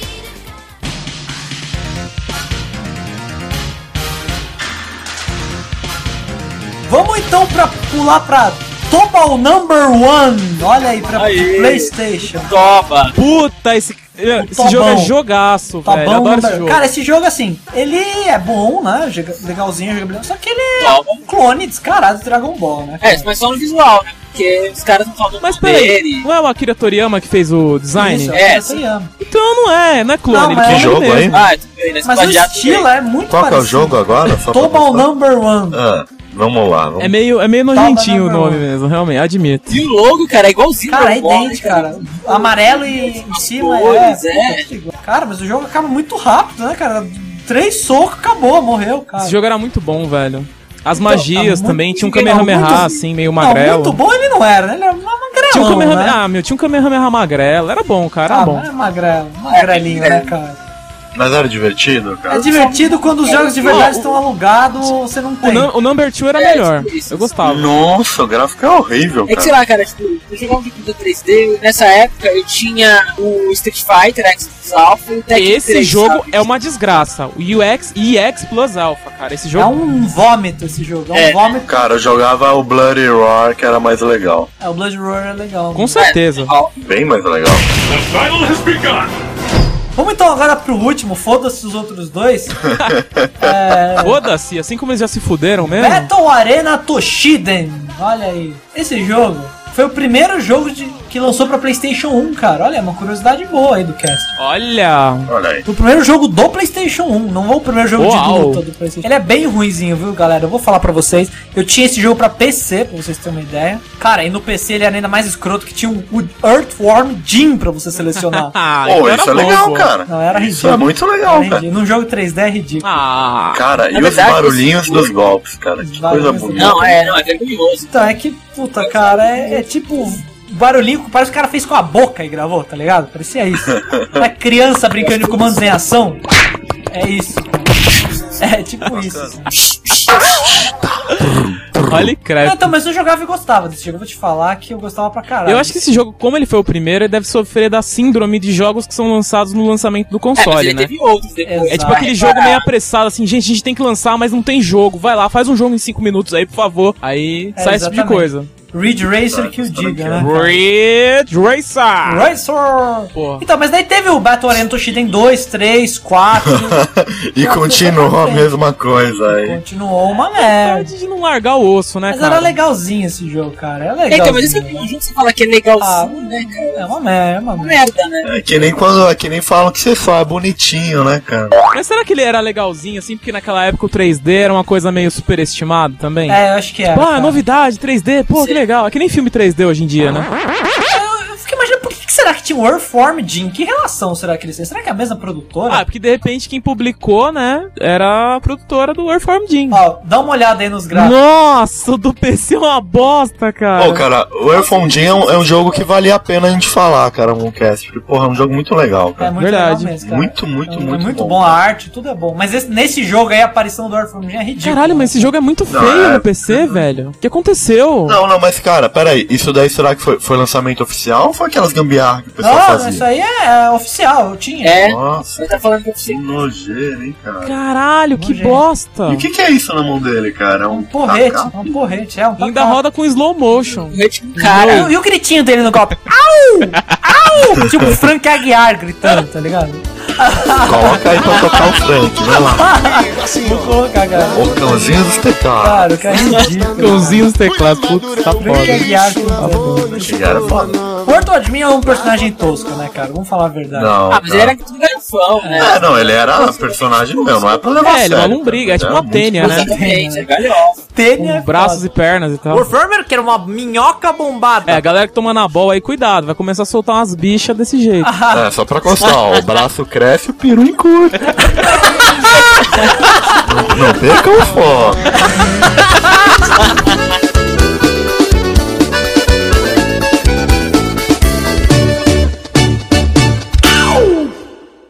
S1: Vamos então pra pular pra Tobal Number One. Olha aí, pra
S3: Aê.
S1: PlayStation.
S3: Toba!
S4: Puta, esse, esse jogo é
S1: Tá bom.
S4: jogaço,
S1: Tá
S4: velho. Eu
S1: bom,
S4: adoro
S1: Number-
S4: esse jogo.
S1: Cara, esse jogo, assim, ele é bom, né? Joga- Legalzinho, jogabilidade. Só que ele é
S3: Tobal.
S1: um clone descarado do Dragon Ball, né?
S3: É, mas só no visual, né? Porque os caras não falam
S4: Mas peraí,
S3: dele.
S4: não é o Akira Toriyama que fez o design?
S1: Isso,
S3: É,
S1: eu sei,
S3: sim.
S1: amo.
S4: Então não é, não é clone.
S1: Não,
S4: ele
S1: mas-
S4: fez
S1: Que
S2: jogo,
S4: mesmo.
S2: hein?
S3: Ah, tudo bem, né?
S1: Mas o estilo é muito
S2: Qual que é o
S1: parecido.
S2: jogo agora? Só pra
S1: Tobal
S2: mostrar.
S1: Number One.
S2: Ah, vamos lá. Vamos...
S4: É meio, é meio
S1: Tava
S4: nojentinho o
S1: na
S4: nome
S1: mão.
S4: mesmo, realmente, admito.
S3: E o logo, cara, é igualzinho.
S1: Cara, é
S3: Dragon Ball, né,
S1: idêntico, cara. Amarelo e em cima
S3: cores,
S1: é. Cara, mas o jogo acaba muito rápido, né, cara? Três socos, acabou, morreu, cara.
S4: Esse jogo era muito bom, velho. As
S1: Tá. Então,
S4: magias
S1: tá muito-
S4: também, tinha um
S1: muito-
S4: Kamehameha,
S1: muito-
S4: assim, meio
S1: Não,
S4: magrelo.
S1: muito bom ele não era, né? Ele era uma magrelão,
S4: tinha um Kamehameha,
S1: né?
S4: Ah, meu, tinha um Kamehameha magrelo. Era bom, cara, era
S1: Ah,
S4: bom.
S1: mas é magrelo, magrelinho, né, cara?
S2: Mas era divertido,
S1: É
S2: cara?
S1: divertido quando os jogos de verdade estão alugados, você não
S4: O,
S1: tem.
S4: num- o Number 2 era
S3: É,
S4: melhor.
S3: tipo isso,
S4: Eu
S1: né?
S4: gostava.
S2: Nossa, o gráfico é horrível,
S3: É que sei
S2: cara.
S3: lá, cara, tipo, eu jogava um jogo do 3D, nessa época eu tinha o Street Fighter, X Alpha e
S1: É
S3: o Tekken
S4: Esse
S3: 3,
S4: jogo
S3: sabe?
S4: é uma desgraça. O UX e EX Plus Alpha, cara. Esse
S1: É
S4: jogo.
S1: um vômito esse jogo, é um
S3: É.
S1: vômito.
S2: Cara, eu jogava o Bloody Roar, que era mais legal.
S1: É, o Blood Roar é legal.
S4: Com certeza.
S2: Bem mais legal.
S6: The battle has begun!
S1: Vamos então agora pro último, foda-se os outros dois. é,
S4: Foda-se, assim como eles já se fuderam mesmo.
S1: Battle Arena Toshiden. Olha aí. Esse jogo foi o primeiro jogo de- que lançou pra PlayStation 1, cara. Olha, é uma curiosidade boa aí do cast.
S4: Olha!
S2: Olha aí.
S1: O primeiro jogo do PlayStation 1, não é o primeiro jogo
S4: Uau.
S1: de luta do PlayStation. Ele é bem ruinzinho, viu, galera? Eu vou falar pra vocês. Eu tinha esse jogo pra PC, pra vocês terem uma ideia. Cara, e no PC ele era ainda mais escroto que tinha um o Earthworm Jim pra você selecionar.
S4: Ah,
S2: Pô,
S4: era
S2: isso é
S4: bom,
S2: legal,
S4: pô.
S2: cara.
S1: Não, era
S2: isso
S1: ridículo.
S2: é muito legal,
S1: Era
S2: cara.
S1: ridículo. Num jogo 3D é ridículo.
S4: Ah,
S2: Cara, e os
S3: verdade,
S2: barulhinhos
S3: esse-
S2: dos golpes, cara. Que coisa
S1: barulhinhos-
S2: bonita.
S3: Não, é, não, é vergonhoso.
S1: Então, é que, puta, cara, é, é tipo barulhinho que parece que o cara fez com a boca e gravou, tá ligado? Parecia isso. Uma criança brincando de comandos em ação. É isso. É tipo isso.
S4: olha e crepe.
S1: Então, mas eu jogava e gostava desse jogo. Eu vou te falar que eu gostava pra caralho.
S4: Eu acho que esse jogo, como ele foi o primeiro, ele deve sofrer da síndrome de jogos que são lançados no lançamento do
S3: É, mas
S4: console,
S3: ele
S4: né?
S3: teve outros depois.
S1: Exato.
S4: É tipo aquele jogo meio apressado, assim, gente, a gente tem que lançar, mas não tem jogo. Vai lá, faz um jogo em 5 minutos aí, por favor. Aí
S1: É,
S4: sai esse tipo de
S1: exatamente.
S4: coisa.
S1: Ridge Racer que o
S2: Essa franquia.
S1: diga, né?
S4: Ridge Racer!
S1: Racer!
S4: Porra.
S1: Então, mas daí teve o Battle Arena Toshiden 2, 3, 4.
S2: e continua a mesma coisa aí.
S1: continuou uma merda.
S4: Vontade Tá de não largar o osso, né,
S1: Mas
S4: cara?
S1: era legalzinho esse jogo, cara. É legal.
S3: Então, mas esse é um jogo que você fala que é
S4: Ah.
S3: legalzinho, né, cara?
S1: É uma merda, é uma
S3: É uma
S1: merda.
S3: merda, né?
S2: É que nem quando. É que nem falam que você só é bonitinho, né, cara?
S4: Mas será que ele era legalzinho, assim? Porque naquela época o 3D era uma coisa meio superestimada também?
S1: É, eu acho que é.
S4: Ah,
S1: cara.
S4: novidade, 3D, pô, que legal. É que nem filme 3D hoje em dia, né?
S1: Eu fico imaginando por que, que será que tinha o Earthworm Jim? Que relação será que eles têm? Será que é a mesma produtora?
S4: Ah, porque de repente quem publicou, né, era a produtora do Earthworm Jim.
S1: Ó, dá uma olhada aí nos gráficos.
S4: Nossa, o do PC é uma bosta, cara.
S2: Pô, cara, o Airfondin é, um, é um jogo que valia a pena a gente falar, cara, Mooncast. Porque, porra, é um jogo muito legal,
S1: É
S2: cara.
S1: muito
S4: Verdade.
S1: legal mesmo, cara.
S2: Muito, muito,
S1: é, é
S2: muito
S1: muito
S2: bom,
S1: bom. A arte, tudo é bom. Mas esse- nesse jogo aí a aparição do Earthworm Jim é ridícula.
S4: Caralho, mas esse jogo é muito
S2: Não,
S4: feio
S2: é-
S4: no PC, velho. O que aconteceu?
S2: Não, não, mas cara, peraí, isso daí será que foi, foi lançamento oficial ou foi aquelas gambiarras que o
S4: Ah,
S2: pessoal
S1: Não,
S2: fazia?
S1: isso aí é, é oficial, eu tinha.
S3: É,
S2: Nossa,
S3: você tá falando pra
S2: que
S3: você.
S2: nojeira, hein, cara.
S4: Caralho, que
S1: Nojento.
S4: bosta.
S2: E o que, que é isso na mão dele, cara? É um
S1: Um porrete,
S2: tacar?
S1: um porrete, é um
S4: Ainda
S1: tacá.
S4: roda com slow motion.
S3: Eu, tipo,
S1: E
S3: cara,
S1: o- E o gritinho dele no golpe? Au! Au! tipo Frank Aguiar gritando, tá ligado?
S2: Coloca aí pra tocar o Frank, vai
S4: Ah.
S2: lá.
S1: Vou colocar, cara.
S2: O cãozinho dos teclados.
S1: Claro, cara, é ridículo.
S4: Cãozinhos teclados, putz, tá
S1: Frank
S4: foda.
S1: Aguiar gritando.
S4: Ah,
S2: Chegaram foda.
S1: Porto Admin é um personagem tosco, né, cara? Vamos falar a verdade.
S2: Não.
S3: ah, mas
S2: cara.
S3: era tudo garfão,
S4: Ah,
S3: né?
S2: É, não, ele era personagem meu, não é pra levar a
S4: É, ele é
S2: sério,
S4: uma
S2: cara.
S4: lombriga, é tipo
S2: Era
S4: uma
S2: muito-
S4: tênia, né?
S3: Exatamente, é galhofa.
S1: Tênis é
S4: Com braços
S1: foda.
S4: e pernas e tal.
S1: Warframer, que era uma minhoca bombada.
S4: É, a galera que toma na bola aí, cuidado, vai começar a soltar umas bichas desse jeito.
S2: É, só pra constar, ó, o braço cresce e o peru encurta. não, não percam o foco.
S8: 「